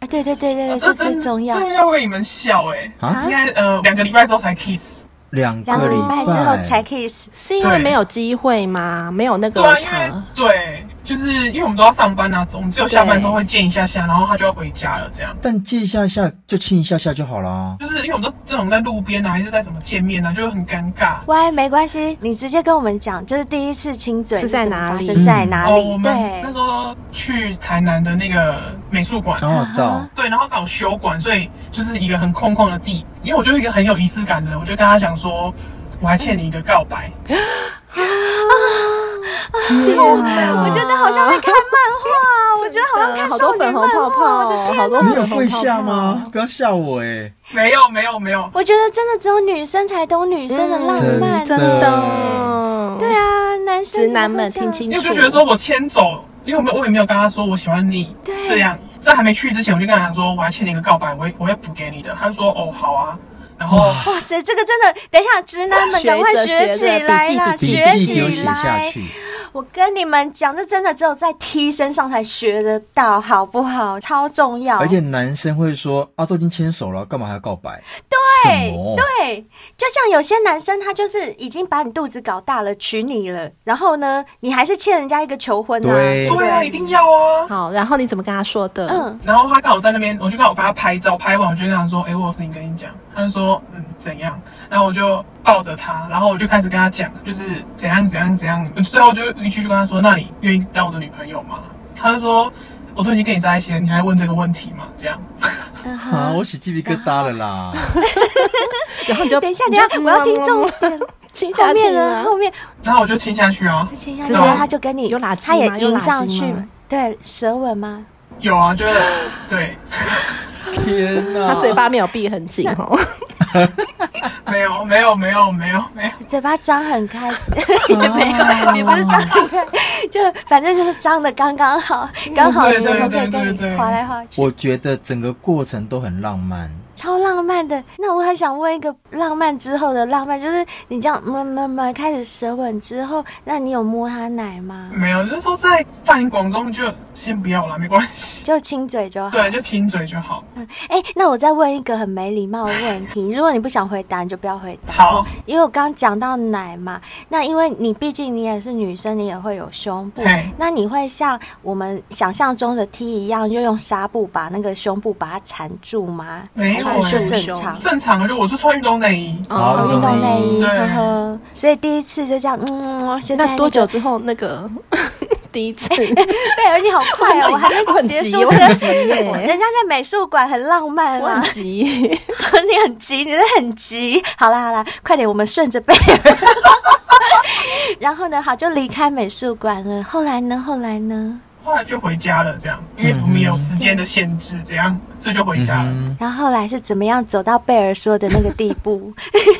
B: 哎，对对对对对，
E: 这
B: 哦这最
E: 真
B: 重要
E: 这。要为你们笑哎、
D: 啊
E: 应该呃两个礼拜之后才 kiss，
D: 两
B: 两
D: 个
B: 个礼
D: 礼
B: 拜之后才 kiss，
C: 是因为
E: 对
C: 没有机会吗？没有那
E: 对啊
C: 个，
E: 因
C: 场
E: 为
C: 合，
E: 对，就是因为我们都要上班啊，我们只有下班之后会见一下下，然后他就要回家了这样。
D: 但借一下下就亲一下下就好了啊。
E: 就是因为我们都这种在路边啊，还是在什么见面啊，就会很尴尬。
B: 喂，没关系，你直接跟我们讲，就是第一次亲嘴
C: 是在
B: 怎么
C: 哪里
B: 发生在哪
E: 哦，我
B: 里？
E: 们
B: 对
E: 那，时候去台南的那个美术馆，
B: 哦
D: 然后哦我知道，
E: 对，然后刚好休馆，所以就是一个很空旷的地。因为我就是一个很有仪式感的人，我就跟他讲说，我还欠你一个告白。
B: 我觉得好像在看漫画，我觉得好像看
C: 好
B: 少
C: 多
B: 年
C: 粉红
B: 漫
C: 泡哦
B: 画，
C: 泡，
B: 我的天
C: 好多
D: 你有
C: 粉红
D: 跪
C: 泡
D: 下
C: 泡
E: 啊
D: 吗？？不要吓我哎、
E: 没有，没有，没有。
B: 我觉得真的只有女生才懂女生的浪
D: 真
B: 漫，
D: 的
C: 真的，
B: 对啊，男生
C: 直男们
B: 怎么
C: 听
B: 会这样
C: 清
E: 因为
C: 楚。
E: 我就觉得说我牵走，因为我没有我也没有跟他说我喜欢你
B: 对
E: 这样，在还没去之前我就跟他讲说我还欠你一个告白，我会我会补给你的。他就说哦好啊，然后
B: 哇塞，这个真的，等一下，直男们赶快学起来啦，
C: 学
D: 笔
B: 学
D: 记
B: 起
D: 给我写下
B: 来！
D: 去，
B: 我跟你们讲，这真的只有在 T 身上才学得到，好不好？超重要，
D: 而且男生会说啊，都已经牵手了，干嘛还要告白？
B: 对
D: 什么
B: 对，就像有些男生，他就是已经把你肚子搞大了，娶你了，然后呢，你还是欠人家一个求婚啊，
D: 对
E: 对啊，一定要啊。
C: 好，然后你怎么跟他说的？
B: 嗯，
E: 然后他刚好在那边，我就刚好帮他拍照，拍完我就跟他说：“哎、我有事情跟你讲。”他就说：“嗯，怎样？”然后我就抱着他，然后我就开始跟他讲，就是怎样怎样怎样。最后就一句就跟他说：“那你愿意当我的女朋友吗？”他就说：“我都已经跟你在一起了，你还问这个问题吗？”这样， <laughs>
D: 啊，我起鸡皮疙瘩了
B: <laughs>
D: 啦！
C: 然后你就嗯
B: 等一下，等一下，我要听重点，
C: 亲
B: 后
C: 下去
B: 面啊呢？后面
E: 然后我就亲下去啊，
B: 直
E: 直
B: 接
E: 接
B: 他就跟你
C: 有垃圾
B: 他也
C: 吗有
B: 迎
C: 垃圾
B: 上去
C: 吗，
B: 对，舌吻吗？
E: 有啊，就是对，
D: 天哪，
C: 他嘴巴没有闭很紧哦，
E: 没有没有没有没有没有，
B: 嘴巴张很开， <laughs> 没有，你不是张很开， <laughs> 就反正就是张的刚刚好，刚好舌头可以
E: 对对
B: 跟
E: 对
B: 你
E: 对
B: 划来划去，
D: 我觉得整个过程都很浪漫。
B: 超浪漫的。那我还想问一个浪漫之后的浪漫，就是你这样嗯么么么开始舌吻之后，那你有摸他奶吗？
E: 没有，就是说在大庭广众就先不要啦，没关系。
B: 就亲嘴就好。
E: 对，就亲嘴就好。
B: 哎、那我再问一个很没礼貌的问题，如果你不想回答，你就不要回答。
E: 好，
B: 因为我刚刚讲到奶嘛，那因为你毕竟你也是女生，你也会有胸部
E: 对，
B: 那你会像我们想象中的 T 一样，就用纱布把那个胸部把它缠住吗？
E: 没有
B: 还是就
E: 欸
B: 正常？
E: 正常的就我是穿运动内衣，
D: 好
B: 运动内
D: 嗯
B: 衣，
E: 嗯对
B: 呵呵。所以第一次就这样，嗯，就在、
C: 那多久？之后那个 <laughs> 第一 <laughs> 次？
B: 贝尔，你好快哦！我
C: 我
B: 还
C: <laughs> 很急我
B: 没
C: 很急
B: 结束这
C: 我
B: 个
C: 很急耶
B: <laughs> 人家在美术馆很浪漫啊
C: 我
B: 嘛
C: <laughs> 很，急，
B: <laughs> 你很急，你真的很急。好啦好啦，快点，我们顺着贝尔。 <laughs> 然后呢，好就离开美术馆了。后来呢？后来呢？
E: 后来就回家了，这样，因为我们有时间的限制，这样，所以就回家了。
D: 嗯，
B: 然后后来是怎么样走到贝尔说的那个地 <laughs> 步？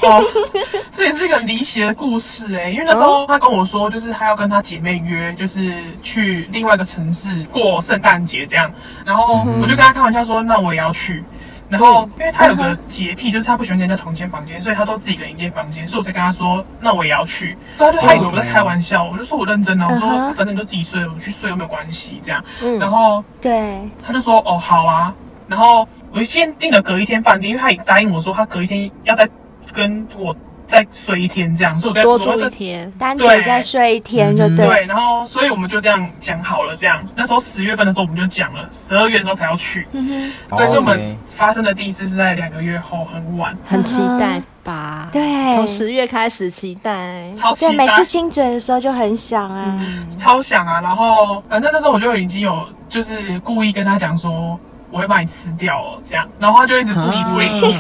E: 哦， <laughs> 这也是一个离奇的故事哎、因为那时候他跟我说，就是他要跟他姐妹约，就是去另外一个城市过圣诞节这样，然后
B: 嗯
E: 我就跟他开玩笑说，那我也要去。然后，因为他有个洁癖，就是他不喜欢跟人家同间房间，所以他都自己一个人一间房间，所以我才跟他说，那我也要去。对，他啊就他以为我在开玩笑，我就说我认真啊，我
B: 嗯哼嗯
E: 说反正你都自己睡了，我去睡又没有关系这样。然后
B: 对，
E: 他就说哦好啊，然后我先订了隔一天饭店，因为他也答应我说他隔一天要再跟我再睡一天这样，所以我在
C: 多住
E: 我在
C: 一天。
B: 单独
E: 对
B: 再睡一天就对。
E: 对，然后所以我们就这样讲好了，这样那时候十月份的时候我们就讲了，十二月的时候才要去，
C: 嗯
E: 对，所以我们
D: OK
E: 发生的第一次是在两个月后很晚，
C: 很期待吧？
B: 对
C: 从十月开始期待。
E: 超期
B: 对，每
E: 待，
B: 次亲嘴的时候就很想啊。
E: 超想啊，然后反正那时候我就已经有就是故意跟他讲说我会把你吃掉哦这样，然后他就一直不
C: 啊
E: 以为意。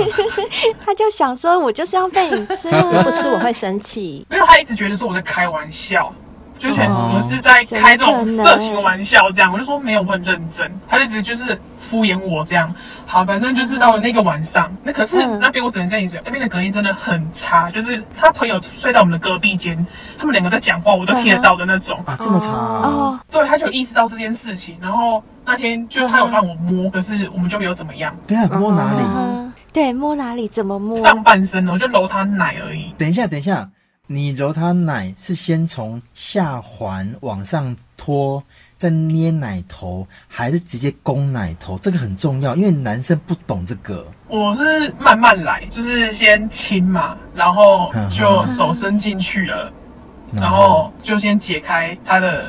B: 他就想 <laughs> 说，我就是要被你吃了，啊
C: 不吃我会生气。
E: 没有，他一直觉得说我在开玩笑，就觉得
D: 哦
E: 我们是在开这种
B: 怎么可能
E: 色情玩笑这样，我就说没有，我很认真，他就只就是敷衍我这样。好，反正就是到了那个晚上，那可是
B: 嗯
E: 那边我只能跟你讲，那边的隔音真的很差，就是他朋友睡在我们的隔壁间，他们两个在讲话，我都听得到的那种。
D: 啊，这么长啊、
B: 哦，
E: 对，他就有意识到这件事情，然后那天就他有让我摸，可是我们就没有怎么样，
D: 等一下摸哪里？
B: 嗯，对，摸哪里怎么摸？
E: 上半身呢，我就揉他奶而已。
D: 等一下，等一下，你揉他奶是先从下环往上拖，再捏奶头，还是直接攻奶头？这个很重要，因为男生不懂这个。
E: 我是慢慢来，就是先亲嘛，然后
D: 嗯
E: 就手伸进去了，然后就先解开他的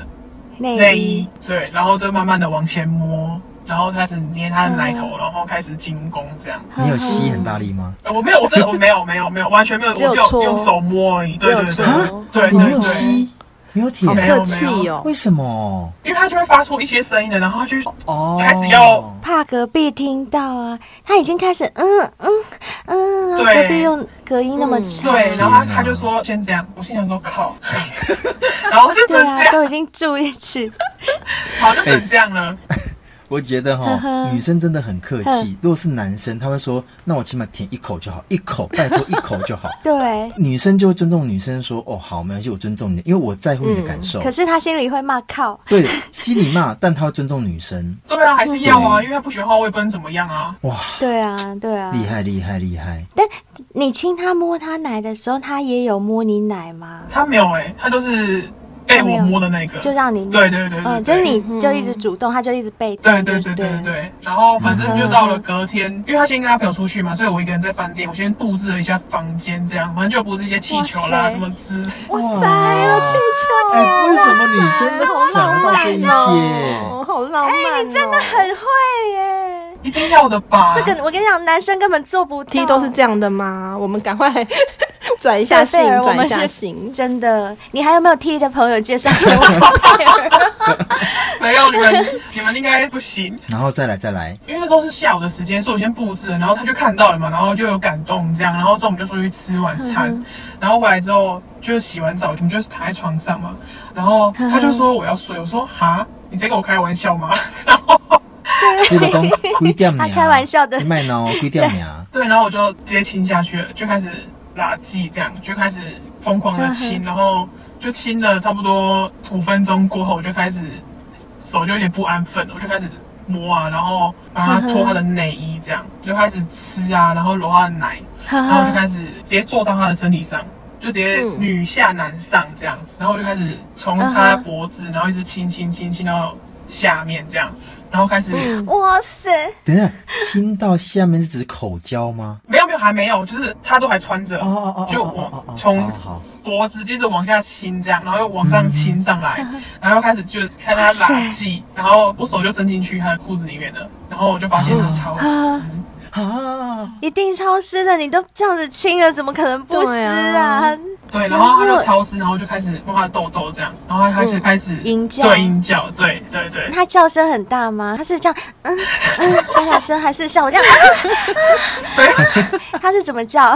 E: 内
B: 内
E: 衣
B: 衣，，
E: 对，然后就慢慢的往前摸，然后开始捏他的奶
B: 嗯
E: 头，然后开始进攻这样。
D: 你有吸很大力吗？
E: 呃我没有，我真的我没有，没有，没有，完全没有，我
C: 只有
E: 就
C: 搓
E: 用手摸而已。
C: 只
E: 对
C: 有
E: 对对
C: 搓
E: 对
D: 哦
E: 对
D: 你没有
E: 对，
D: 吸，没有舔
C: <laughs> 好，
E: 没有
C: 客气哦。
D: 为什么？
E: 因为他就会发出一些声音的，然后他就
D: 哦，
E: 开始要
B: 怕隔壁听到啊，他已经开始嗯嗯嗯，然后
E: 对
B: 隔壁用隔音那么长，
E: 对，然后他
D: 天哪
E: 他就说先这样，我心想说靠， <laughs> 然后就只
B: 对
E: 能这
B: 啊，
E: 样，
B: 都已经住一起，
E: 好就只能这样了。
D: 我觉得
B: 呵
D: 哈，
B: 呵
D: 女生真的很客
B: 呵
D: 气。如果是男生，他会说：“那我起码舔一口就好，一口， <laughs> 拜托一口就好。”
B: 对。
D: 女生就会尊重女生说：“哦，好，没关系，我尊重你，因为我在乎你的感
B: 嗯
D: 受。
B: 可是他心里会骂靠，
D: 对，心里骂，但他会尊重女生。
E: 对啊，还是要啊，
D: 对
E: 因为他不喜欢的话，我也不能怎么样啊。
D: 哇，
B: 对啊，对啊。
D: 厉害厉害厉害！
B: 你亲他摸他奶的时候，他也有摸你奶吗？
E: 他没有哎、他就是被
B: 他没
E: 我
B: 有
E: 摸的那个，
B: 就让你摸，
E: 对对对对
B: 嗯，就
E: 对
B: 是你就一直主动，他就一直被
E: 对
B: 动，
E: 对对
B: 不
E: 对对对，然后反正就到了隔天，
B: 嗯
E: 因为他先跟他朋友出去嘛，所以我一个人在饭店，我先布置了一下房间，这样反正就布置一些气球
B: 哇
E: 啦
B: 塞
E: 什么之类。
C: 哇塞，要气
B: 啊
C: 球
D: 哎、为什么女生都想得到这一些？
C: 哦，好浪漫、哦！哎、你真的
B: 很会耶。
E: 一定要的吧？
B: 这个我跟你讲，男生根本做不到。
C: T 都是这样的吗？我们赶快 <laughs> 转一下
B: 对
C: 性
B: 贝尔，我
C: 转
B: 们
C: 一下
B: 是
C: 性。
B: 真的。你还有没有 T 的朋友介绍给
E: <laughs>
B: 我？
E: 没有你们，你们应该不行，
D: 然后再来再来，
E: 因为那时候是下午的时间，所以我先布置了，然后他就看到了嘛，然后就有感动这样，然后中午就出去吃晚餐，然后回来之后就洗完澡，我们就是躺在床上嘛，然后他就说我要睡，我说哈，你在跟我开玩笑吗？ <laughs> 然后
D: 这个公亏掉你啊！
B: 他开玩笑的
D: 你卖脑亏掉你啊！
E: 对，然后我就直接亲下去了，就开始拉鸡，这样就开始疯狂的亲，然后就亲了差不多五分钟过后，我就开始手就有点不安分了，我就开始摸啊，然后帮他脱他的内衣，这样就开始吃啊，然后揉他的奶，然后我就开始直接坐到他的身体上。就直接
C: 嗯
E: 女下男上这样，然后我就开始从他的脖子，然后一直亲亲亲亲到下面这样，然后开始
B: 哇塞，
D: 等一下，亲到下面是只是口交吗？
E: 没有没有，还没有，就是他都还穿着，
D: 哦哦哦，
E: 就
D: 哦哦
E: 我
D: 哦
E: 从
D: 哦好，
E: 脖子接着往下亲，这样，然后又往上亲上来，然后又开始就看他
B: 哇
E: 拉
B: 塞
E: 鸡，然后我手就伸进去他的裤子里面了，然后我就发现他超湿，
D: 啊，
B: 一定超湿的，你都这样子亲了，怎么可能不湿啊？
E: 对，然后他就超湿，然后就开始摸他的痘痘这样，然后他开始开始
B: 淫叫
E: 对阴叫，对对对，
B: 他叫声很大吗？他是这样，嗯嗯，小小声还是像我
E: <laughs>
B: 这样？他是怎么叫？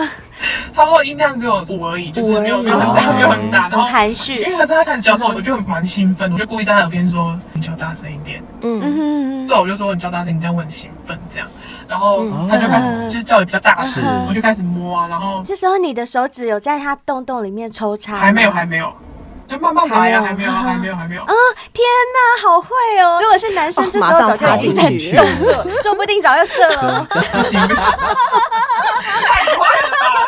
E: 差不多音量只有五而已，就是没有没有很大，
D: 哦
E: 没有很大，然
B: 很
E: 后。
B: 含
E: 因
B: 蓄
E: 为。可是他开始叫的时候，我就蛮兴奋，我就故意在他耳边说：“你叫大声一点。”
C: 嗯，
B: 嗯，
E: 对，我就说你叫大声，你这样我很兴奋这样，然后
D: 嗯
E: 他就开始、
B: 嗯
E: 就是叫的比较大
D: 是
E: 声，我就开始摸啊，然后
B: 这时候你的手指有在他洞洞里面抽插吗？
E: 还没有还没有，就慢慢来啊，还
B: 还
E: 没
B: 没
E: 有
B: 有
E: 还没有还没有，
B: 啊！天哪，好会哦！如果是男生，
C: 哦
B: 这时候
C: 马上
B: 早就
C: 插
B: 已
C: 进
B: 经
D: 插
B: 在
D: 进
C: 去
D: 去
B: 动作，说不定早就射了。
E: 不行不行，太快了吧！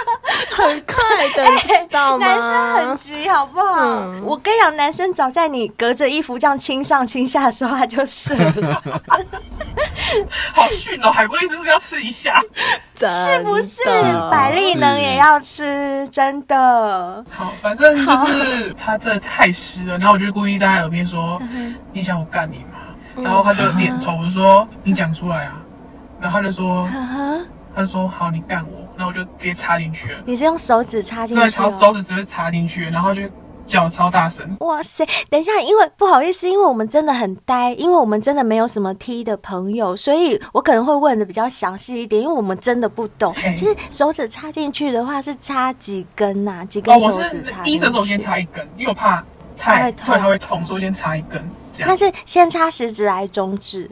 C: 很快 <laughs> 的，你知道吗？
B: 男生很急，好不好？
C: 嗯
B: 我跟你讲，男生早在你隔着衣服这样亲上亲下的时候，他就射了，
E: 好逊哦，海龟就是要吃一下。
C: 真的
B: 是不是？百利能也要吃，真的。
E: 好，反正就是他真的太湿了，然后我就故意在他耳边
B: 嗯
E: 说：“你想我干你吗？”然后他就点头，我就说：“你讲出来啊。”然后他就说
B: 啊哈，：“
E: 他就说好，你干我。”然后我就直接插进去了。
B: <laughs> 你是用手指插进
E: 对，
B: 去、
E: 朝
B: 哦？
E: 手指直接插进去，然后就叫超大声。
B: 哇塞！等一下，因为不好意思，因为我们真的很呆，因为我们真的没有什么 T 的朋友，所以我可能会问的比较详细一点，因为我们真的不懂
E: 嘿。
B: 就是手指插进去的话，是插几根呐、几
E: 哦，
B: 根
E: 我
B: 手指
E: 是
B: 插进去？
E: 第一次的时候我先插一根，因为我怕
B: 它会
E: 太
B: 痛
E: 对，它会痛，所以先插一根嗯这
B: 那
E: 样。
B: 是先插食指还是中指？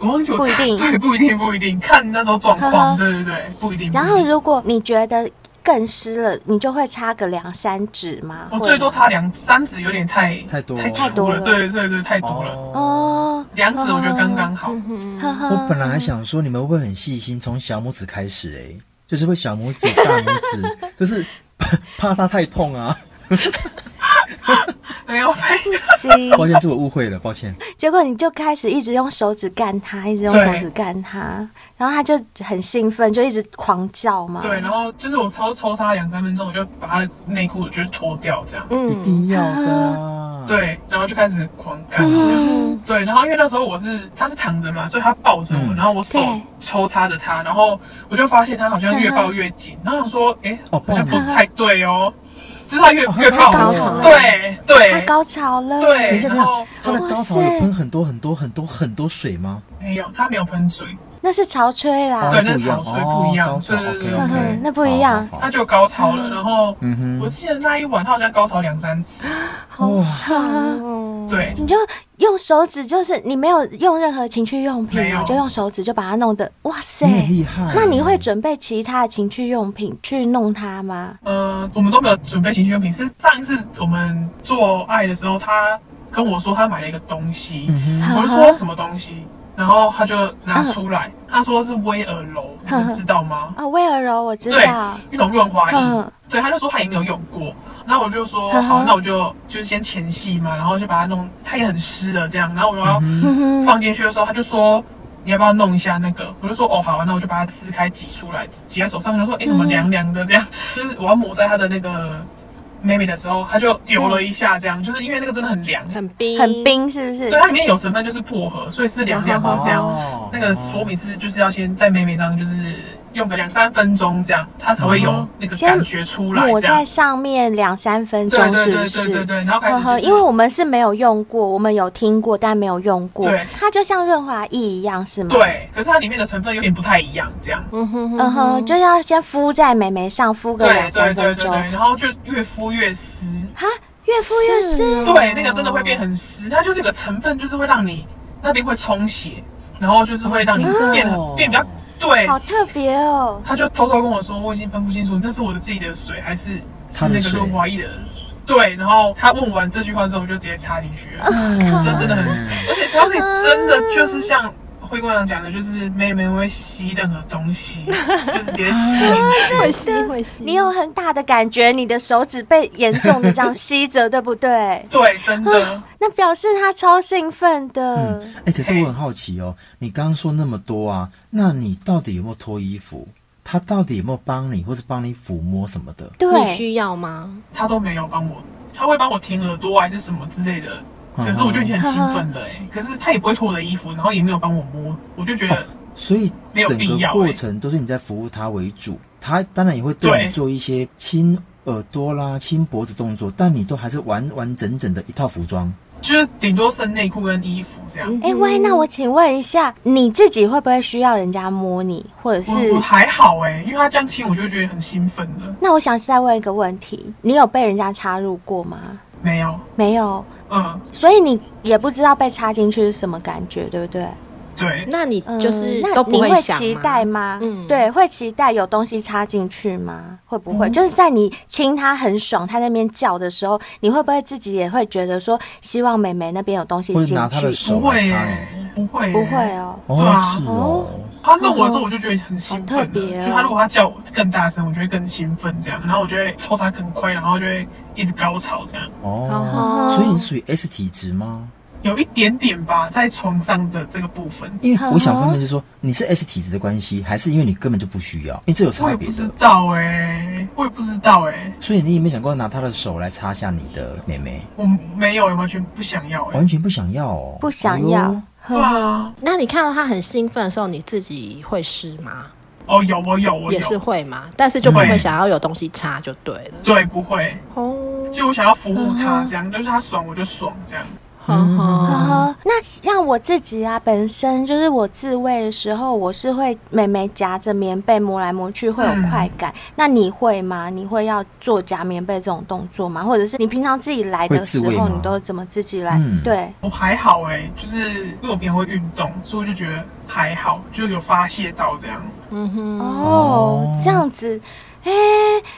E: 我忘记我
B: 不一定
E: 对，不一定，不一定，看那时候状
B: 呵呵
E: 况，对对对，不一定。
B: 然
E: 不一
B: 后
E: 定
B: 如果你觉得更湿了，你就会插个两三指吗？
E: 我
B: 会
E: 最多
B: 吗
E: 插两三指，有点太
D: 太多
E: 太
B: 太
E: 粗
B: 多
E: 了，
B: 了
E: 对对对，太多了。
D: 哦，
B: 哦，
E: 两指我觉得刚刚好，
B: 嗯
C: 嗯
B: 呵呵。<laughs>
D: 我本来还想说你们会不会很细心，从小拇指开始、哎，就是会小拇指、大拇指，就是 <laughs> 怕怕它太痛啊。
E: 没有没有。
B: 行，
D: 抱歉，是我误会了，抱歉。
B: 结果你就开始一直用手指干它，一直用
E: 对
B: 手指干它，然后它就很兴奋，就一直狂叫嘛。
E: <laughs> 对，然后就是我抽抽插两三分钟，我就把他的内裤我就脱掉这样。
D: 一
C: 嗯，
D: 定要的、啊。，
E: 对，然后就开始狂干这
B: 嗯
E: 样。对，然后因为那时候我是他是躺着嘛，所以他抱着我，
D: 嗯
E: 然后我手
B: 对嗯
E: 抽插着他，然后我就发现他好像越抱越紧，然后想说，哎、
D: 哦
E: 好像不
D: 抱
E: 太对哦，就是他越、
D: 哦
E: 越
D: 他
E: 靠
B: 高
E: 我
B: 潮了，
E: 对
B: 它
E: 对
B: 高潮了。
E: 对，
D: 等一下，等一
E: 然后
D: 下，它的高潮
B: 哇塞
D: 有喷很多很多很多很多水吗？
E: 没有，他没有喷水，
B: 那是潮吹啦。
E: 对
D: 哦
E: 那
D: 不一样
E: 潮水不一样
D: 哦高潮
E: 对对对
D: OK
E: 嗯
D: OK，
B: 嗯那不一样
E: 他就高潮了，然后。
D: 嗯
E: 我
D: 哼，
E: 记得那一晚他好像高潮两三次，
B: 啊
D: 哇，
C: 哦嗯
E: 对，
B: 你就用手指，就是你没有用任何情趣用品
E: 没
B: 嘛，
E: 有
B: 就用手指就把它弄得哇塞
D: 你，很厉害。
B: 那你会准备其他的情趣用品去弄它吗？
E: 呃，我们都没有准备情趣用品，是上一次我们做爱的时候，他跟我说他买了一个东西，
D: 嗯
E: 我
B: 啊
E: 就说什么东西，然后他就拿出来，他说是威尔柔，你
B: 嗯
E: 们知道吗？
B: 啊，威尔柔我知
E: 对
B: 道，，
E: 一种润滑
B: 嗯
E: 液，对，他就说他也没有用过，然后我就说
B: 嗯
E: 好，
B: 哼
E: 那我就就是先前戏嘛，然后就把它弄，它也很湿了这样，然后我就要
D: 嗯哼
B: 嗯哼，
E: 放进去的时候，他就说。你要不要弄一下那个？我就说哦好、啊，那我就把它撕开挤出来，挤在手上。他说哎、怎么凉凉的这样？ <laughs> 就是我要抹在他的那个妹妹的时候，他就丢了一下这样，就是因为那个真的很凉，
C: 很冰，
B: 很。冰是不是
E: 对，？它里面有成分就是薄荷，所以是凉凉的这样。
D: 哦
E: 那个说明是就是要先在美美上就是用个两三分钟这样，它才会有那个感觉出来
B: 抹
E: 这
B: 在
E: 样。
B: 上面两三分
E: 对
B: 钟
E: 对
B: 是不
E: 对对对
B: 是？
E: 对，然后开
B: 呵
E: 始就
B: 呵，
E: 是
B: 因为我们是没有用过，我们有听过，但没有用过
E: 对。
B: 它就像润滑液一样，是吗？。
E: 对，可是它里面的成分有点不太一样这样。
C: 嗯哼哼
B: 嗯哼，就要先敷在美眉上，敷个
E: 对
B: 两
E: 对
B: 三
E: 对
B: 分
E: 对
B: 钟。
E: 对，然后就越敷越湿。
B: 哈，越敷越湿。
E: 对，那个真的会变很湿，它就是有个成分，就是会让你那边会充血，然后就是会让你
D: 哦
E: 变变比较对。
B: 好特别哦！
E: 他就偷偷跟我说，我已经分不清楚这是我的自己的水还是是
D: 他的
E: 那个
D: 水
E: 润滑液的。对，然后他问完这句话之后，我就直接插进去了，
D: 哦
E: 这真的很，
D: 嗯
E: 而且而且真的就是像灰姑娘讲的，就是妹妹会吸任何东西，就是直接吸进
D: 哦
E: 去。
C: 会吸会吸，
B: 你有很大的感觉，你的手指被严重的这
E: <laughs>
B: 样吸着，对不对？啊
E: 对，真的，
B: 那表示他超兴奋的。
D: 嗯，哎、可是我很好奇哦，你刚刚说那么多啊，那你到底有没有脱衣服？他到底有没有帮你，或是帮你抚摸什么的？
C: 你
B: 对，
C: 需要吗？
E: 他都没有帮我，他会帮我舔耳朵还是什么之类的。
B: 嗯
E: 可是我就已经很兴奋了哎、
B: <laughs>
E: 可是他也不会脱我的衣服，然后也没有帮我摸，我就觉得
D: 所以
E: 没有
D: 整
E: 必
D: 个
E: 要
D: 过
E: 欸
D: 程都是你在服务他为主，他当然也会对
E: 对
D: 你做一些亲耳朵啦、亲脖子动作，但你都还是完完整整的一套服装。
E: 就是顶多剩内裤跟衣服这样。
B: 哎、喂，那我请问一下，你自己会不会需要人家摸你，或者是
E: 我我？还好哎、因为他这样亲我就觉得很兴奋了。
B: 那我想再问一个问题，你有被人家插入过吗？
E: 没有，
B: 没有，
E: 嗯，
B: 所以你也不知道被插进去是什么感觉，对不对？
E: 对，
C: 那你嗯就
B: 嗯
C: 是
B: 那
C: 都
B: 你
C: 不
B: 会
C: 想
B: 期
C: 吗
B: 待吗？
C: 嗯
B: 对，会期待有东西插进去吗？会不
D: 嗯
B: 会、就是在你亲他很爽，他在那边叫的时候，你会不会自己也会觉得说，希望美眉那边有东西
D: 或是
B: 进
D: 拿她的
B: 去？
D: 手
E: 不会
D: 来
E: 欸、
D: 插你
E: 不会欸、
B: 不会哦，
D: 哦，
E: 对啊
B: 哦
D: 是哦，
E: 他弄我的时候，我就觉得很兴奋
B: 好
E: 了。
B: 特别哦
E: 就他如果他叫我更大声，我就会更兴奋这样，然后我就会抽插更快，然后就会一直高潮这样，
D: 哦
B: 嗯
C: 哦，
D: 所以你属于 S 体质吗？
E: 有一点点吧，在床上的这个部分，
D: 因为我想分
B: 好
D: 辨是说你是 S 体质的关系，还是因为你根本就不需要，因为这有
E: 我
D: 差
E: 也
D: 别
E: 不知
D: 的。
E: 道哎、我也不知道哎、
D: 所以你有没有想过拿他的手来擦下你的妹妹？
E: 我没有，完全不想要哎、
D: 完全不想要哦，
B: 不想要。
D: 哎呦
E: 对啊，
C: 那你看到他很兴奋的时候，你自己会湿吗？
E: 哦，有我有我
C: 也
E: 有，
C: 是会嘛，但是就不
E: 会
C: 会想要有东西插就对了。
E: 对，不会，
C: 哦，
B: 嗯
C: 嗯
E: 就我想要服务他这样，就是他爽我就爽这样。
C: 哈，
B: 哦，那像我自己啊，本身就是我自慰的时候，我是会美眉夹着棉被摸来摸去，会有
D: 嗯
B: 快感。那你会吗？你会要做夹棉被这种动作吗？或者是你平常自己来的
D: 会
B: 时
D: 自慰
B: 候，
D: 吗
B: 你都怎么自己来？
D: 嗯
B: 对，
E: 我还好哎、就是因为我平常会运动，所以我就觉得还好，就有发泄到这样。
C: 嗯哼，
B: 哦，这样子。哎、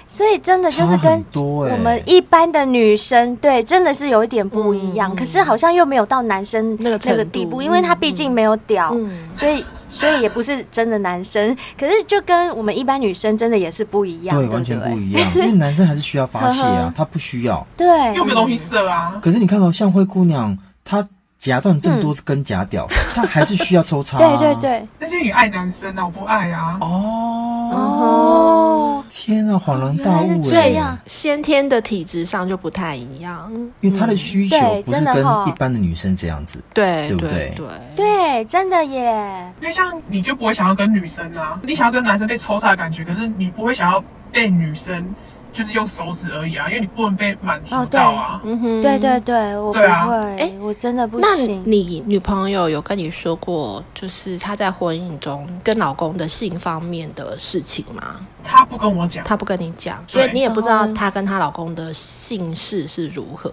B: 所以真的就是
D: 差很
B: 跟
D: 多欸
B: 我们一般的女生，对，真的是有一点不一样。
C: 嗯
B: 可是好像又没有到男生
C: 那个程度
B: 地步，因为他毕竟没有屌，
C: 嗯
B: 所以所以也不是真的男生。可是就跟我们一般女生真的也是不一样，
D: 对，
B: 对
D: 完全
B: 不对
D: 不一样，因为男生还是需要发泄
B: 呵呵 <laughs>
D: 啊，他不需要。
B: 对，
C: 嗯
E: 因为没有东西射啊，
D: 可是你看到像灰姑娘，她夹断这么多根假屌，她还是需要抽插、
B: 嗯 <laughs>
D: 啊
B: 对对。对，
E: 那是因为你爱男生啊，我不爱啊。
D: 哦，
B: 哦，
D: 天啊，恍然大
B: 原来
D: 悟
B: 是
C: 所
B: 这
D: 哎、
C: 以
B: 样
C: 先天的体质上就不太一样，
D: 因为她的需求
B: 对
D: 不
B: 真
D: 是
B: 的
D: 跟
B: 哦
D: 一般的女生这样子。
C: 对
D: 对不
C: 对
D: 对
B: 对，真的耶，
E: 因为像你就不会想要跟女生啊，你想要跟男生被抽插的感觉，可是你不会想要被女生就是用手指而已啊，因为你不能被满足到啊。
C: 嗯哼，
B: 对对对，我不
E: 对啊
B: 会，
C: 哎
B: 我真的不
C: 那
B: 行。
C: 你女朋友有跟你说过，就是她在婚姻中跟老公的性方面的事情吗？
E: 他不跟我讲，
C: 她不跟你讲，
E: 对
C: 所以你也不知
B: 然后
C: 道
B: 呢
C: 她跟她老公的性事是如何。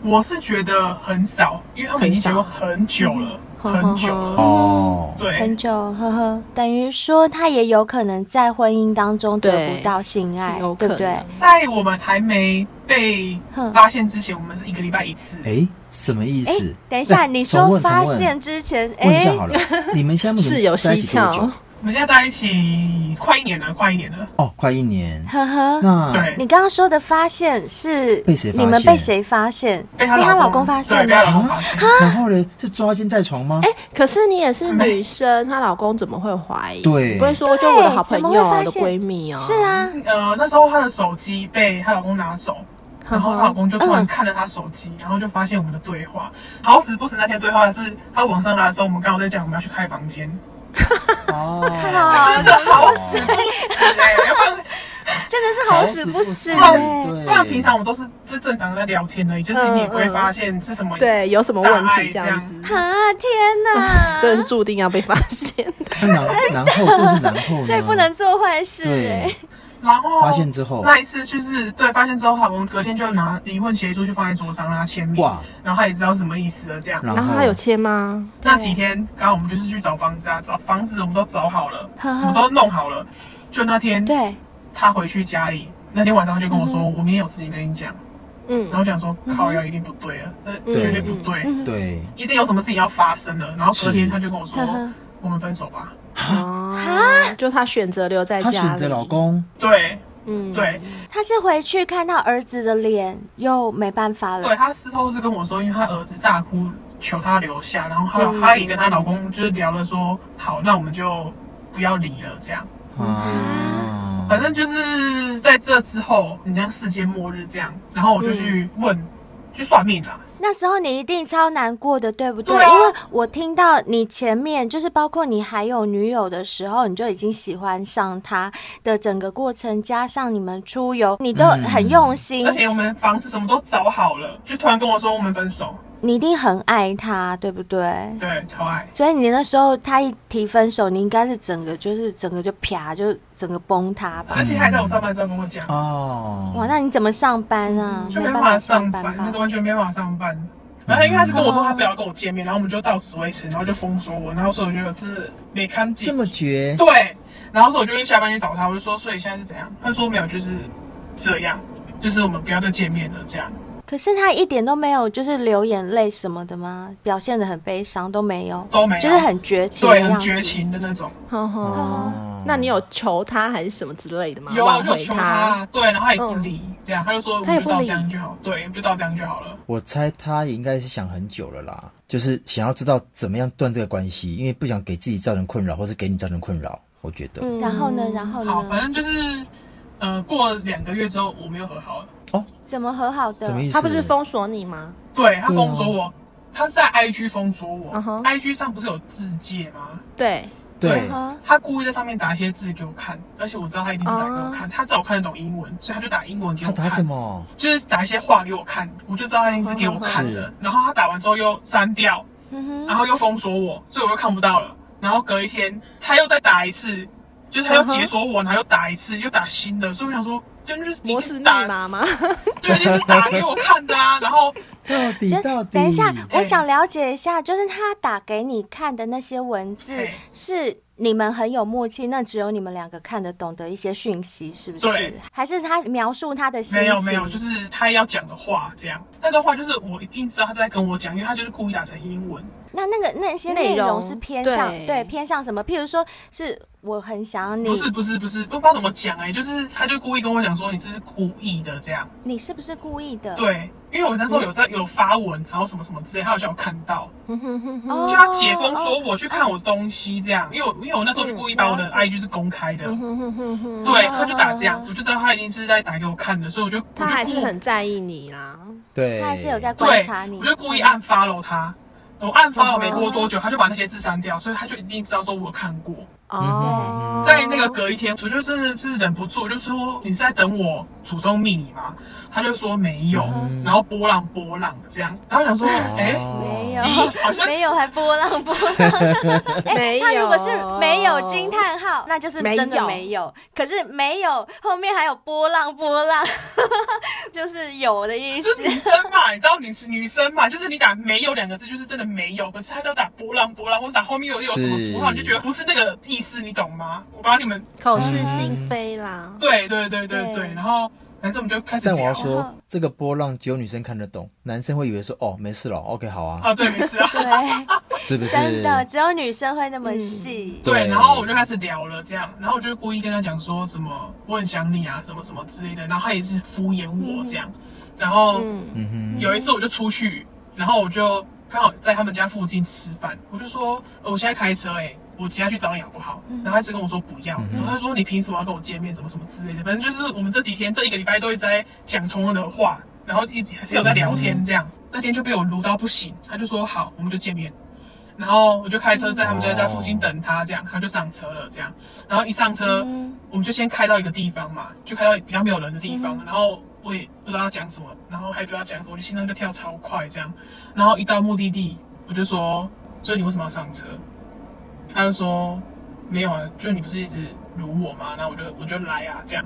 E: 我是觉得很少，因为他们已经结婚很久了，
C: 很
E: 很
C: 少
B: 嗯
E: 久了。
D: 哦，
E: 对
B: 很，久，呵呵，等于说他也有可能在婚姻当中得
C: 对
B: 不到性爱，
C: 有
B: 对
C: 可
B: 不
C: 能
B: 对？
E: 在我们还没被
B: 哼
E: 发现之前，我们是一个礼拜一次。
D: 哎、什么意思？
B: 等一下，
D: 哎
B: 你
D: 重
B: 说
D: 问
B: 发
D: 重问
B: 现之前，
D: 问一
B: 哎
D: 下，好
B: <laughs>
D: 了，你们现在目前
C: 是
D: 嗯
C: 有
D: 在一
C: 蹊
D: 起多
C: 跷
D: 久？，
E: 我们现在在一起快一年了，快一年了。
D: 哦，快一年。
B: 呵呵，
D: 那
E: 对
B: 你，刚刚说的发现是
D: 被谁发
B: 你们被
D: 现
B: 谁发现？
E: 被
B: 她
E: 她
B: 老
E: 老
B: 公发现
E: 对，被
B: 吗？
E: 她老公发现。
D: 啊然后呢？是抓奸在床吗？
C: 哎、可是你也是
E: 没
C: 女生，她老公怎么会怀疑？
D: 对
C: 你不会说就我的好朋
B: 对怎么
C: 友、
B: 会发
C: 我的
B: 现
C: 闺蜜啊？
B: 是，啊，
E: 呃，那时候她的手机被她老公拿走，然后她老公就突
B: 嗯
E: 然看了她手机，然后就发现我们的对话。好死不死，那天对话是她往上拉的时候，我们刚好在讲我们要去开房间，
D: 哦，
E: 真的好死不死哎、要不然
B: 真的是好死不死
E: 好死哦
B: 哎！
D: 对
E: 不然平常我们都是就正常的在聊天而已，就是你也不会发现是什么。
C: 嗯对，有什么问题这样子？
B: 啊，天
D: <laughs>
B: 哪，
C: 真的是注定要被发现。
D: 那然然后就是然后呢？
B: 所以不能做坏事哎
D: 对。，
E: 然后
D: 发现之后
E: 那一次就是对，发现之后，她老公隔天就拿离婚协议书就放在桌上让她签名
D: 哇，
E: 然后她也知道什么意思了。这样，
D: 然
C: 然后她有切吗？
E: 那几天，刚刚我们就是去找房子啊，找房子我们都找好了，
B: 呵呵
E: 什么都弄好了。就那天
B: 对，嗯
E: 他回去家里，那天晚上他就跟我说，我明天有事情跟你讲。
C: 嗯
E: 然后我想说，靠腰一定不对了，这
B: 嗯
E: 绝对不对，
D: 对，
E: 一定有什么事情要发生了。然后隔天
D: 是
E: 他就跟我说
B: 呵呵，
E: 我们分手吧。
C: 啊，就她选择留在
D: 她
C: 家里，
D: 选择老，公，
E: 对
C: 嗯，
E: 对
B: 他是回去看到儿子的脸，又没办法
E: 对，
B: 了。
E: 他事后是跟我说，因为他儿子大哭求他留下，然后她她也跟她老公就是聊了说，好，那我们就不要离了这样。
D: 啊，
E: 嗯反正就是在这之后，你像世界末日这样，然后我就去问，去算命啦。
B: 那时候你一定超难过的，对不对？
E: 对啊
B: 因为我听到你前面就是包括你还有女友的时候，你就已经喜欢上她的整个过程，加上你们出游，你都
D: 嗯
B: 很用心，
E: 而且我们房子什么都找好了，就突然跟我说我们分手，
B: 你一定很爱她，对不对？
E: 对，超爱。
B: 所以你那时候她一提分手，你应该是整个就是整个就啪，就整个崩塌吧？
E: 而且还在我上班的时候跟我讲，
D: 哦，
B: 哇，那你怎么上班啊？
E: 嗯就没
B: 办
E: 办
B: 法
E: 法上班
B: 班，
E: 那
B: 吧
E: 都？完全没办法上班。然后他一开始跟我说他不要跟我见面，然后我们就到此为止，然后就封锁我，然后所以我就真的没看
D: 这
E: 见。
D: 么绝，
E: 对，然后所以我就去下班去找他，我就说所以现在是怎样？他说没有，就是这样，就是我们不要再见面了这样。
B: 可是他一点都没有，就是流眼泪什么的吗？表现的很悲伤都没有，
E: 都没有
B: 就是很绝情的
E: 对，
B: 样子。
E: 很绝。情的那种。
C: 呵呵。
D: 哦
C: 那你有求她还是什么之类的吗？
E: 有啊，我
C: 挽
E: 就
C: 回
E: 求
C: 她。
E: 他，对，然后他也不理，这样他就说我
C: 他也
E: 们
C: 不
E: 就
C: 理
E: 到这样就好，对，我们就到这样就好了。
D: 我猜他应该是想很久了啦，就是想要知道怎么样断这个关系，因为不想给自己造成困扰，或是给你造成困扰。我觉得，
C: 嗯
B: 然后呢？然后
E: 好，反
B: 呢？
E: 正就是，呃，过两个月之后我们又和好了。
B: 怎么和好的？
D: 什么意思？
C: 她不是封锁你吗？
E: 对他封锁我，他是在 IG 封锁我、
C: 嗯哼
E: i g 上不是有字界吗？
C: 对，
D: 对，
B: 嗯
E: 他故意在上面打一些字给我看，而且我知道他一定是打给我看，他知道我看得懂英文，所以他就打英文给
D: 他
E: 我看。
D: 打什？么？
E: 就是打一些话给我看，我就知道他一定是给我看的。
D: 是
E: 然后他打完之后又删掉，
B: 嗯哼
E: 然后又封锁我，所以我又看不到了。然后隔一天他又再打一次，就是他又解锁我，然后又打一次，又打新的。所以我想说，真就是已
C: 摩
E: 经
C: 斯
E: 是
C: 密
E: 打，
C: 码吗？
D: 哦
C: <laughs>
E: 就已经是打给我看的啊。然后
D: 到底
B: 就
D: 到底？
B: 等一下，
E: 哎
B: 我想了解一下，就是他打给你看的那些文字
E: 哎，
B: 是你们很有默契，那只有你们两个看得懂的一些讯息，是不是
E: 对？
B: 还是他描述他的心情？
E: 没有
B: <laughs>
E: 没有，就是他要讲的话这样。那段话就是我一定知道他在跟我讲，因为他就是故意打成英文。
B: 那那个那些
C: 内
B: 内
C: 容
B: 容是偏向
C: 对
B: 对偏向什么？譬如说是我很想你
E: 不，是不是不是，不知道怎么讲哎、就是他就故意跟我讲说你这是故意的这样。
B: 你是不是故意的？
E: 对，因为我那时候有在有发文，然后什么什么之类，他好像有看到，
C: 嗯
B: 哦，
E: 就他解封说
B: 哦
E: 我去看我的东西这样，因为我因为我那时候就故意
B: 嗯
E: 把我的 IG 是公开的，对，他就打这样，我就知道他一定是在打给我看的，所以我就我
C: 他还
E: 就是故
C: 很在意你啊啦。
D: 对，哦
B: 他还是有在观
E: 对
B: 察，你哦
E: 我。就故意按 follow 他。我按 follow 没过多久，他就把那些字删掉，所以他就一定知道说我有看过。
C: 哦，
E: 在那个隔一天，我就真的是忍不住，我就说你是在等我主动密你吗？他就说没有，然后波浪波浪这样，然后我想说，哎、
B: 没
E: 咦好
B: 有，
E: 像
B: 没有，还波浪波
E: <laughs>
B: 浪。哎
C: 没有
B: 他如果是没有惊叹号，那就是真
C: 没
B: 的
C: 有
B: 没有。可是没有后面还有波浪波浪， <laughs> 就是有的意思
E: 就。是女生嘛，你知道女女生嘛，就是你打没有两个字，就是真的没有，可是他都打波浪波浪，或者打后面有有什么符号，
D: 是
E: 你就觉得不是那个意思，你懂吗？我把你们
C: 口是心非啦。
E: 对对对对
B: 对
E: 对，然后反正我们就开始
D: 但我
E: 聊
D: 要说，
B: 哦
D: 这个波浪只有女生看得懂，男生会以为说哦没事了，OK 好啊，
E: 啊，对，没
D: <laughs>
E: 事啊。
B: 对，
D: 是不是？
B: 真的只有女生会那么细。
C: 嗯
E: 对，
D: 对
E: 然后我就开始聊了，这样，然后我就故意跟他讲说什么我很想你啊，什么什么之类的，然后他也是敷衍我这样，然后
D: 嗯
E: 有一次我就出去，然后我就刚好在他们家附近吃饭，我就说、呃我现在开车哎、我等下去找你好不好？然后他一直跟我说不要，然后他说你凭什么要跟我见面什么什么之类的，反正就是我们这几天这一个礼拜都一直在讲同样的话，然后一直还是有在聊天这样，那天就被我撸到不行，他就说好，我们就见面。然后我就开车在他们家家附近等他，这样他就上车了，这样。然后一上车，我们就先开到一个地方嘛，就开到比较没有人的地方。然后我也不知道要讲什么，然后还不知道讲什么，我就心脏就跳超快这样。然后一到目的地，我就说：“所以你为什么要上车？”他就说：“没有啊，就你不是一直辱我吗？”然后我就我就来啊，这样。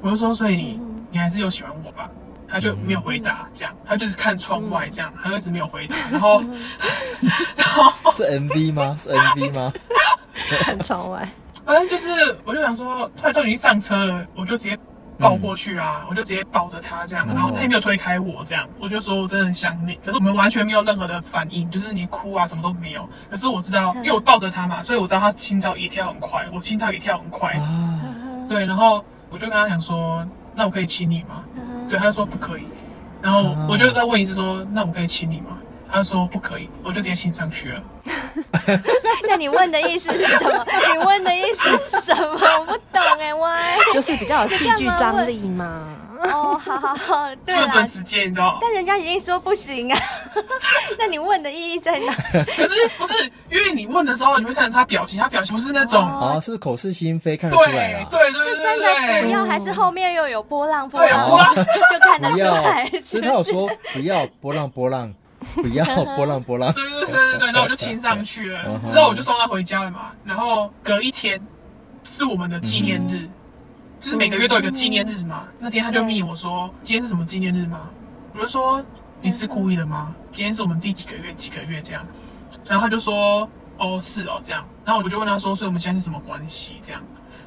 E: 我就说：“所以你你还是有喜欢我吧？”他就没有回答，这样，他就是看窗外这样，他就一直没有回答。然后， <laughs> 然后。
D: 哼，是 MV 吗？是 MV 吗？
C: 看窗外，
E: 反正就是，我就想说，突然都已经上车了，我就直接抱过去啊，
D: 嗯
E: 我就直接抱着他这样，然后他也没有推开我这样，我就说我真的很想你，可是我们完全没有任何的反应，就是你哭啊什么都没有。可是我知道，因为我抱着他嘛，所以我知道他心跳也跳很快，我心跳也跳很快，
D: 啊，
E: 对，然后我就跟他讲说，那我可以亲你吗？对，他就说不可以，然后
D: 啊
E: 我就再问一次说，那我可以亲你吗？他说不可以，我就直接亲上去了。
B: <laughs> 那你问的意思是什
C: <laughs>
B: 么？你问的意思是什么？我不懂哎，喂。
C: 就是比较有戏剧张力嘛。
B: 哦，好好好，对
E: 这个
B: 啦
E: 很，直接，你知道？
B: 但人家已经说不行啊， <laughs> 那你问的意义在哪？
E: 可是不是因为你问的时候，你会看得出他表情，他表情不是那种、
B: 哦
D: 啊，是不是口是心非看得
E: 对
D: 出来啦？
E: 对对对
B: 是
E: 对
B: 真的不
E: 对，
B: 要，还是后面又有波浪波
E: 对
B: 浪，
E: 波浪
B: 就看得
D: 不
B: 出
D: 要
B: 来，，
D: 其
B: 是
D: 实他有
B: 不是？
D: 说不要波浪波浪，不要波浪波浪，
E: 对对对对对，然后我就亲上去了
D: 嗯，哼
E: 之后我就送他回家了嘛。然后隔一天是我们的纪念日，就是每个月都有一个纪念日嘛。那天他就密我说今天是什么纪念日吗？我就说你是故意的吗？今天是我们第几个月几个月这样，然后他就说哦是哦这样，然后我就问他说所以我们现在是什么关系这样，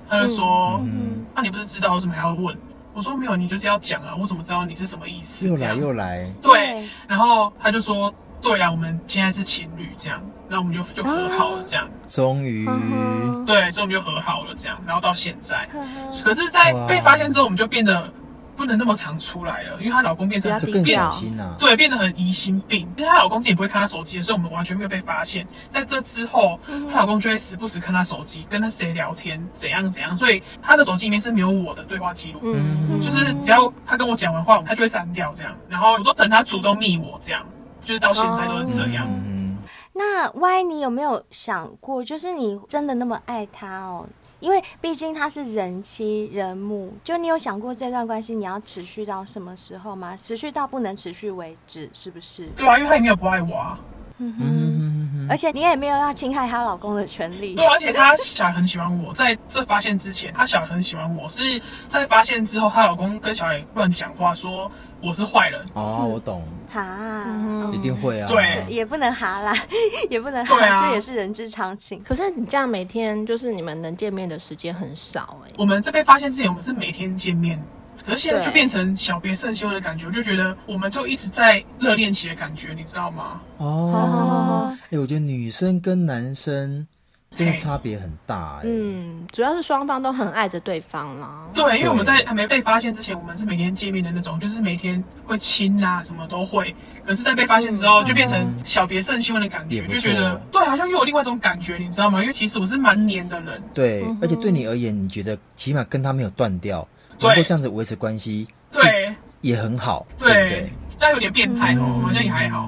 E: 他就说
D: 嗯，
E: 那、啊你不是知道，为什么还要问？我说没有，你就是要讲啊，我怎么知道你是什么意思？
D: 又
E: 这
D: 来
E: 样
D: 又来，
E: 对，然后他就说，对啊，我们现在是情侣这样，然后我们就就和好了这样，
D: 终于，
B: 嗯
E: 对，所以我们就和好了这样，然后到现在，
B: 啊
E: 可是，在被发现之后，我们就变得不能那么常出来了，因为她老公变成
C: 比较
D: 就更小心啊呐。
E: 对，变得很疑心病，因为她老公自己不会看她手机，所以我们完全没有被发现。在这之后，她老公就会时不时看她手机，跟她谁聊天，怎样怎样，所以她的手机里面是没有我的对话记录，
C: 嗯，
E: 就是只要她跟我讲完话，她就会删掉这样，然后我都等她主动密我这样，就是到现在都是这样。
D: 嗯，
B: 那 Y，你有没有想过，就是你真的那么爱他哦？因为毕竟他是人妻人母，就你有想过这段关系你要持续到什么时候吗？持续到不能持续为止，是不是？
E: 对啊，因为她也没有不爱我啊。
B: 嗯哼。
D: 嗯，
B: 而且你也没有要侵害她老公的权利
E: 对，。而且她小孩很喜欢我，在这发现之前，她小孩很喜欢我，是在发现之后，她老公跟小孩乱讲话，说我是坏人。
D: 哦，我懂，
B: 哈，嗯
D: 一定会啊。
E: 对
B: 也不能哈啦， <laughs> 也不能
E: 对
B: 哈，
E: 啊
B: 这也是人之常情。
C: 可是你这样每天就是你们能见面的时间很少哎、
E: 我们在被发现之前，我们是每天见面，可是现在
C: 对
E: 就变成小别胜新婚的感觉，我就觉得我们就一直在热恋期的感觉，你知道吗？
B: 嗯
D: 哦，哎、我觉得女生跟男生真的差别很大、哎，
C: 嗯，主要是双方都很爱着对方啦。
E: 对，因为我们在
D: 对
E: 还没被发现之前，我们是每天见面的那种，就是每天会亲啊，什么都会。可是，在被发现之后，就变成小别胜新婚的感
D: 嗯也
E: 觉，
D: 不
E: 就觉得
D: 错啊
E: 对，好像又有另外一种感觉，你知道吗？因为其实我是蛮黏的人，
D: 对，而且对你而
B: 嗯
D: 言，你觉得起码跟他没有断掉，
E: 对
D: 能够这样子维持关系，是
E: 对
D: 也很好，对
E: 对，
D: 不对？嗯
E: 这样有点变态哦，好像也还好。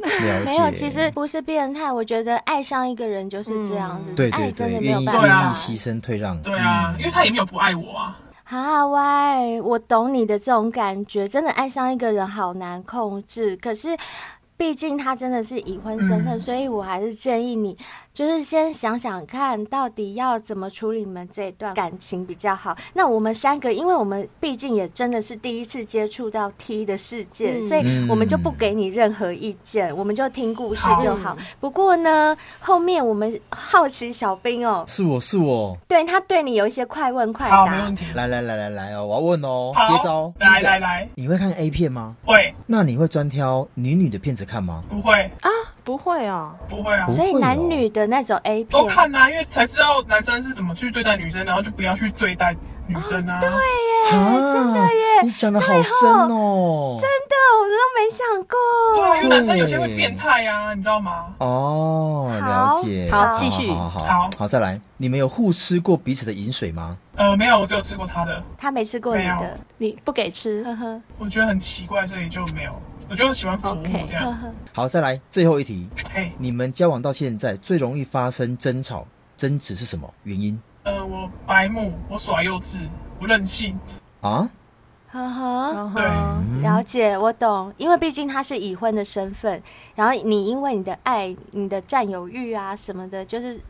D: 了解。
B: 没有，其实不是变态，我觉得爱上一个人就是这样子，
D: 对
B: 爱
D: 对
B: 真
D: 对，
B: 的没
D: 愿
B: 有
D: 意愿意
B: 办法。
E: 嗯对啊
D: 牺牲退让，
E: 对啊，
D: 嗯
E: 因为他也没有不爱我啊。
B: 啊喂，我懂你的这种感觉，真的爱上一个人好难控制。可是，毕竟他真的是已婚身份，
E: 嗯
B: 所以我还是建议你，就是先想想看到底要怎么处理你们这一段感情比较好。那我们三个，因为我们毕竟也真的是第一次接触到 T 的世界，
C: 嗯
B: 所以我们就不
D: 嗯
B: 给你任何意见，我们
E: 嗯
B: 就听故事就好
C: 好。
B: 不过呢，后面我们好奇小兵哦，
D: 是我是我，
B: 对他对你有一些快问快
E: 好，
B: 答。
E: 没问题。
D: 来来来来来哦，我要问哦，
E: 好
D: 接招，
E: 来来，来，
D: 你会看 A 片吗？
E: 会
D: 那你会专挑女女的片子
B: <laughs>
D: 看吗？
E: 不会？
C: 不会哦，
E: 不会啊
D: 不，
B: 所以
D: 会
B: 男
D: 哦
B: 女的那种 A 片
E: 都，看啊，因为才知道男生是怎么去对待女生，然后就不要去对待女生啊。对，
B: 哎
D: 啊，真的耶，你想的好深哦，真
B: 真的我都没想过。
E: 啊，因为男生有些会变态啊，你知道吗？
D: 哦，了解，
C: 好好继续
D: 好好
E: 好
D: 好，再来，你们有互吃过彼此的饮水吗？
E: 呃，没有，我只有吃过他的，
B: 他没吃过你
E: 没
B: 的，
C: 你不给吃，
B: 呵呵
E: 我觉得很奇怪，所以就没有。我就喜欢服务
C: OK
E: 这
B: 呵
E: 样。
B: 呵。
D: 好，再来最后一题，
E: 嘿，
D: 你们交往到现在最容易发生争吵、争执是什么原因
E: 呃，我白目，我耍幼稚，我任性。
D: 啊？
B: 呵呵，
C: 嗯
E: 对
C: 哼
B: 了解，我懂，因为毕竟他是已婚的身份，然后你因为你的爱、你的占有欲啊什么的，就是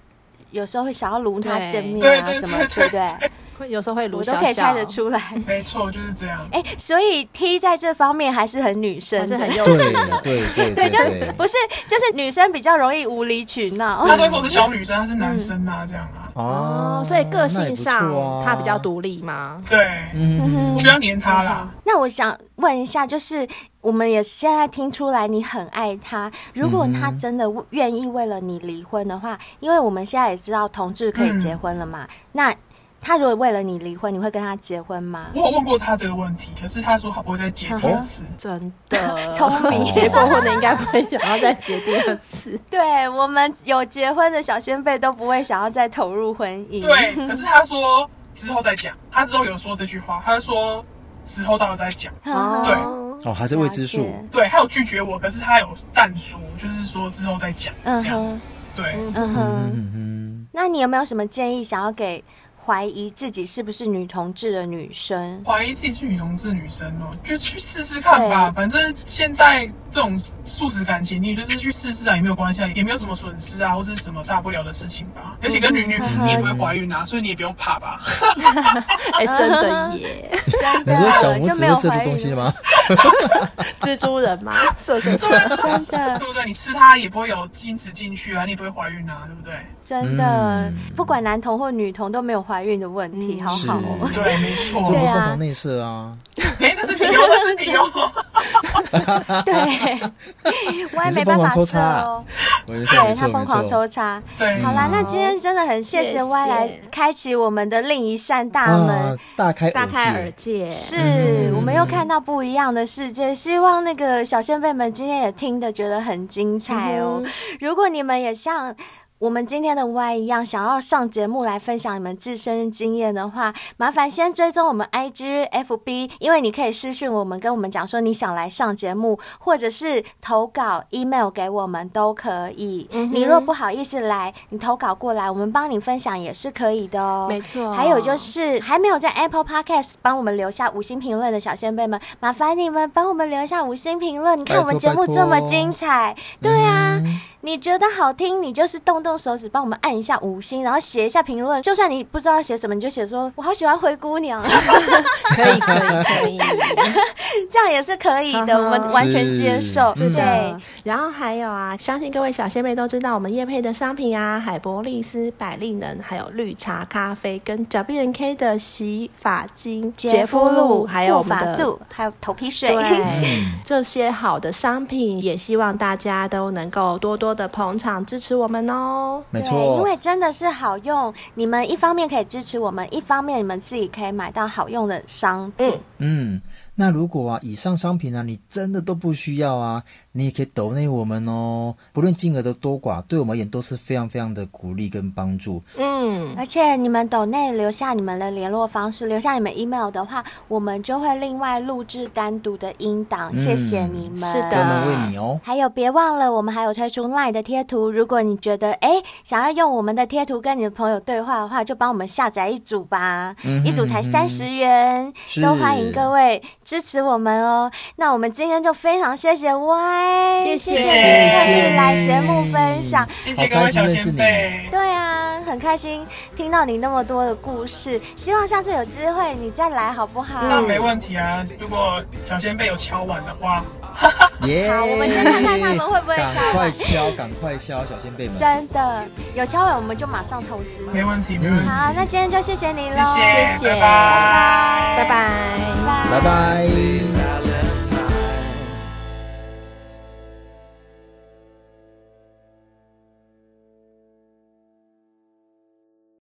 B: 有时候会想要撸他
C: 对
B: 见面
E: 对
B: 啊
E: 对
B: 什么，
E: 对
B: 对不
E: 对
B: 对？
C: 会有时候会卢
B: 我都
C: 小
B: 可以
C: 小
B: 猜得，出来。
E: 没错，就是这样。
B: 哎，所以 T 在这方面还是很女生
C: 还是
B: 的，
C: 很幼
D: 对
C: 稚的。
D: 对
B: <laughs>
D: 对
B: 对，
D: 对
B: 就
D: 对，
B: 不是就是女生比较容易无理取闹。
E: 他都说我是小女生，他是男生啊，这样啊。
C: 哦，所以个
D: 那也
C: 性
D: 不
C: 上
D: 错啊
C: 他比较，独立吗？
E: 对，
D: 嗯
E: 我不要黏他啦。
B: 那我想问一下，就是我们也现在听出来你很爱他，如果
E: 嗯
B: 他真的愿意为了你离婚的话，因为我们现在也知道同志可以结
E: 嗯
B: 婚了嘛，那他如果为了你离婚，你会跟他结婚吗？
E: 我有问过他这个问题，可是他说他不会再结第二次。
C: 真 <laughs> 的，
B: <laughs> 聪明
C: 结
B: <laughs>
C: 过婚的应该不会想要再结第二 <laughs> 次。
B: 对我们有结婚的小先辈都不会想要再投入婚姻。 <laughs>
E: 对，可是他说之后再讲，他之后有说这句话，他说时候到了再讲。
C: 哦，
D: 哦，还是未
B: 啊
D: 知
B: 了
D: 数，
B: 解
E: 对，他有拒绝我，可是他有淡说，就是说之后再讲
B: 嗯
E: 这样。
B: 哼，
E: 对，
B: 嗯哼。
D: 嗯
B: 那你有没有什么建议想要给怀疑自己是不是女同志的女生？
E: 怀疑自己是女同志女生哦，就去试试看吧。反正现在这种素食感情，你就是去试试啊，也没有关系，啊，也没有什么损失啊，或是什么大不了的事情吧。而且跟女女
B: 嗯 <laughs>
E: 你也不会怀孕啊，所以你也不用怕吧。 <laughs>
C: 哎，真的耶，
B: 真
D: 哼，
B: 的
D: 你说小
B: 就
D: 拇指
B: 没有
D: 会射
B: 怀
D: 出
B: 孕
D: 东西
B: 了？
D: 吗？
C: <laughs> 蜘蛛人
B: <laughs>
C: 啊嘛，射
B: 啊
C: 射射。
B: 真的。
E: 对不对？你吃它也不会有精子进去啊，你也不会怀孕啊，对不对？
B: 真的，
D: 嗯
B: 不管男童或女童都没有怀孕的问题，
C: 嗯
B: 好好哦。
D: 是
E: 对，没错。
D: 中
B: 对
D: 国
E: <laughs>
B: 啊
D: 凤凰内射啊，
E: 哎，那是理由，那是哦理由。
B: <laughs> 对，我也没办法射哦。
D: 我也是
B: 对他
D: 没错
B: 疯
D: 没
B: 狂抽
D: 错，
B: 插。
E: 对，
B: 好啦，那今天真的很谢
C: 谢谢
B: 谢 Y 来开启我们的另一扇大门
D: 啊。，大开
C: 大开
D: 耳
C: 耳
D: 界，
C: 界，
B: 是
D: 嗯
B: 我们又看到不一样的世界，希望那个小先辈们今天也听得觉得很精彩哦。如果你们也像我们今天的 Y 一样，想要上节目来分享你们自身经验的话，麻烦先追踪我们 IG、FB，因为你可以私讯我们，跟我们讲说你想来上节目，或者是投稿 email 给我们都可以。你若不好意思来，你投稿过来，我们帮你分享也是可以的哦。
C: 没错
B: 还有就是还没有在 Apple Podcast 帮我们留下五星评论的小先辈们，麻烦你们帮我们留下五星评论。你看我们节目这么精
C: 哎
B: 彩，对啊。
C: 嗯
B: 你觉得好听，你就是动动手指帮我们按一下五星，然后写一下评论。就算你不知道写什么，你就写说“我好喜欢灰姑
C: <laughs>
B: 娘
C: 可以可以可以，”
B: 这样也是可以的，
C: 嗯哼
B: 我们完全接受。
D: 是嗯
B: 对，
C: 然后还有啊，相信各位小仙妹都知道，我们叶配的商品啊，海博丽斯、百利能，还有绿茶咖啡跟 WNK 的洗发精、洁肤露，还有我
B: 护
C: 们
B: 发
C: 的
B: 素，还有头皮水。
C: 对， <laughs> 这些好的商品，也希望大家都能够多多的捧场支持我们哦。
D: 没
B: 对，因
D: 错，
B: 为真的是好用。你们一方面可以支持我们，一方面你们自己可以买到好用的商品。
D: 嗯，那如果啊，以上商品啊，你真的都不需要啊，你也可以抖内我们哦，不论金额的多寡，对我们而言都是非常非常的鼓励跟帮助。
C: 嗯，
B: 而且你们抖内留下你们的联络方式，留下你们 email 的话，我们就会另外录制单独的音档。谢谢
D: 嗯
B: 你们，
C: 是的
D: 专门为你哦，
B: 还有，别忘了我们还有推出 LINE 的贴图。如果你觉得诶想要用我们的贴图跟你的朋友对话的话，就帮我们下载一组吧，
D: 嗯哼
B: 一组才
D: 嗯哼
B: 三十元，
D: 是
B: 都欢迎各位支持我们哦。那我们今天就非常谢谢 Y，
C: 谢
B: 谢
C: 谢
B: 你
E: 谢谢
B: 愿意来节目分享。
E: 谢
D: 好
E: 谢各位
D: 开心
E: 小
D: 认识
E: 先
D: 你
E: 辈。
B: 对啊，很开心听到你那么多的故事，希望下次有机会你再来好不好？
E: 那没问题啊，如果小仙贝有敲碗的话，
D: 耶！
B: 好我们先看看他们会不会
D: 赶
B: 敲
D: 快敲，赶快敲，小先辈们，
B: 真的有敲碗我们就马上投资。
E: 没问题，没问题，
B: 好，那嗯今天就谢谢你喽，
E: 谢
C: 谢谢
E: 拜拜。
C: 拜拜。
D: 拜拜。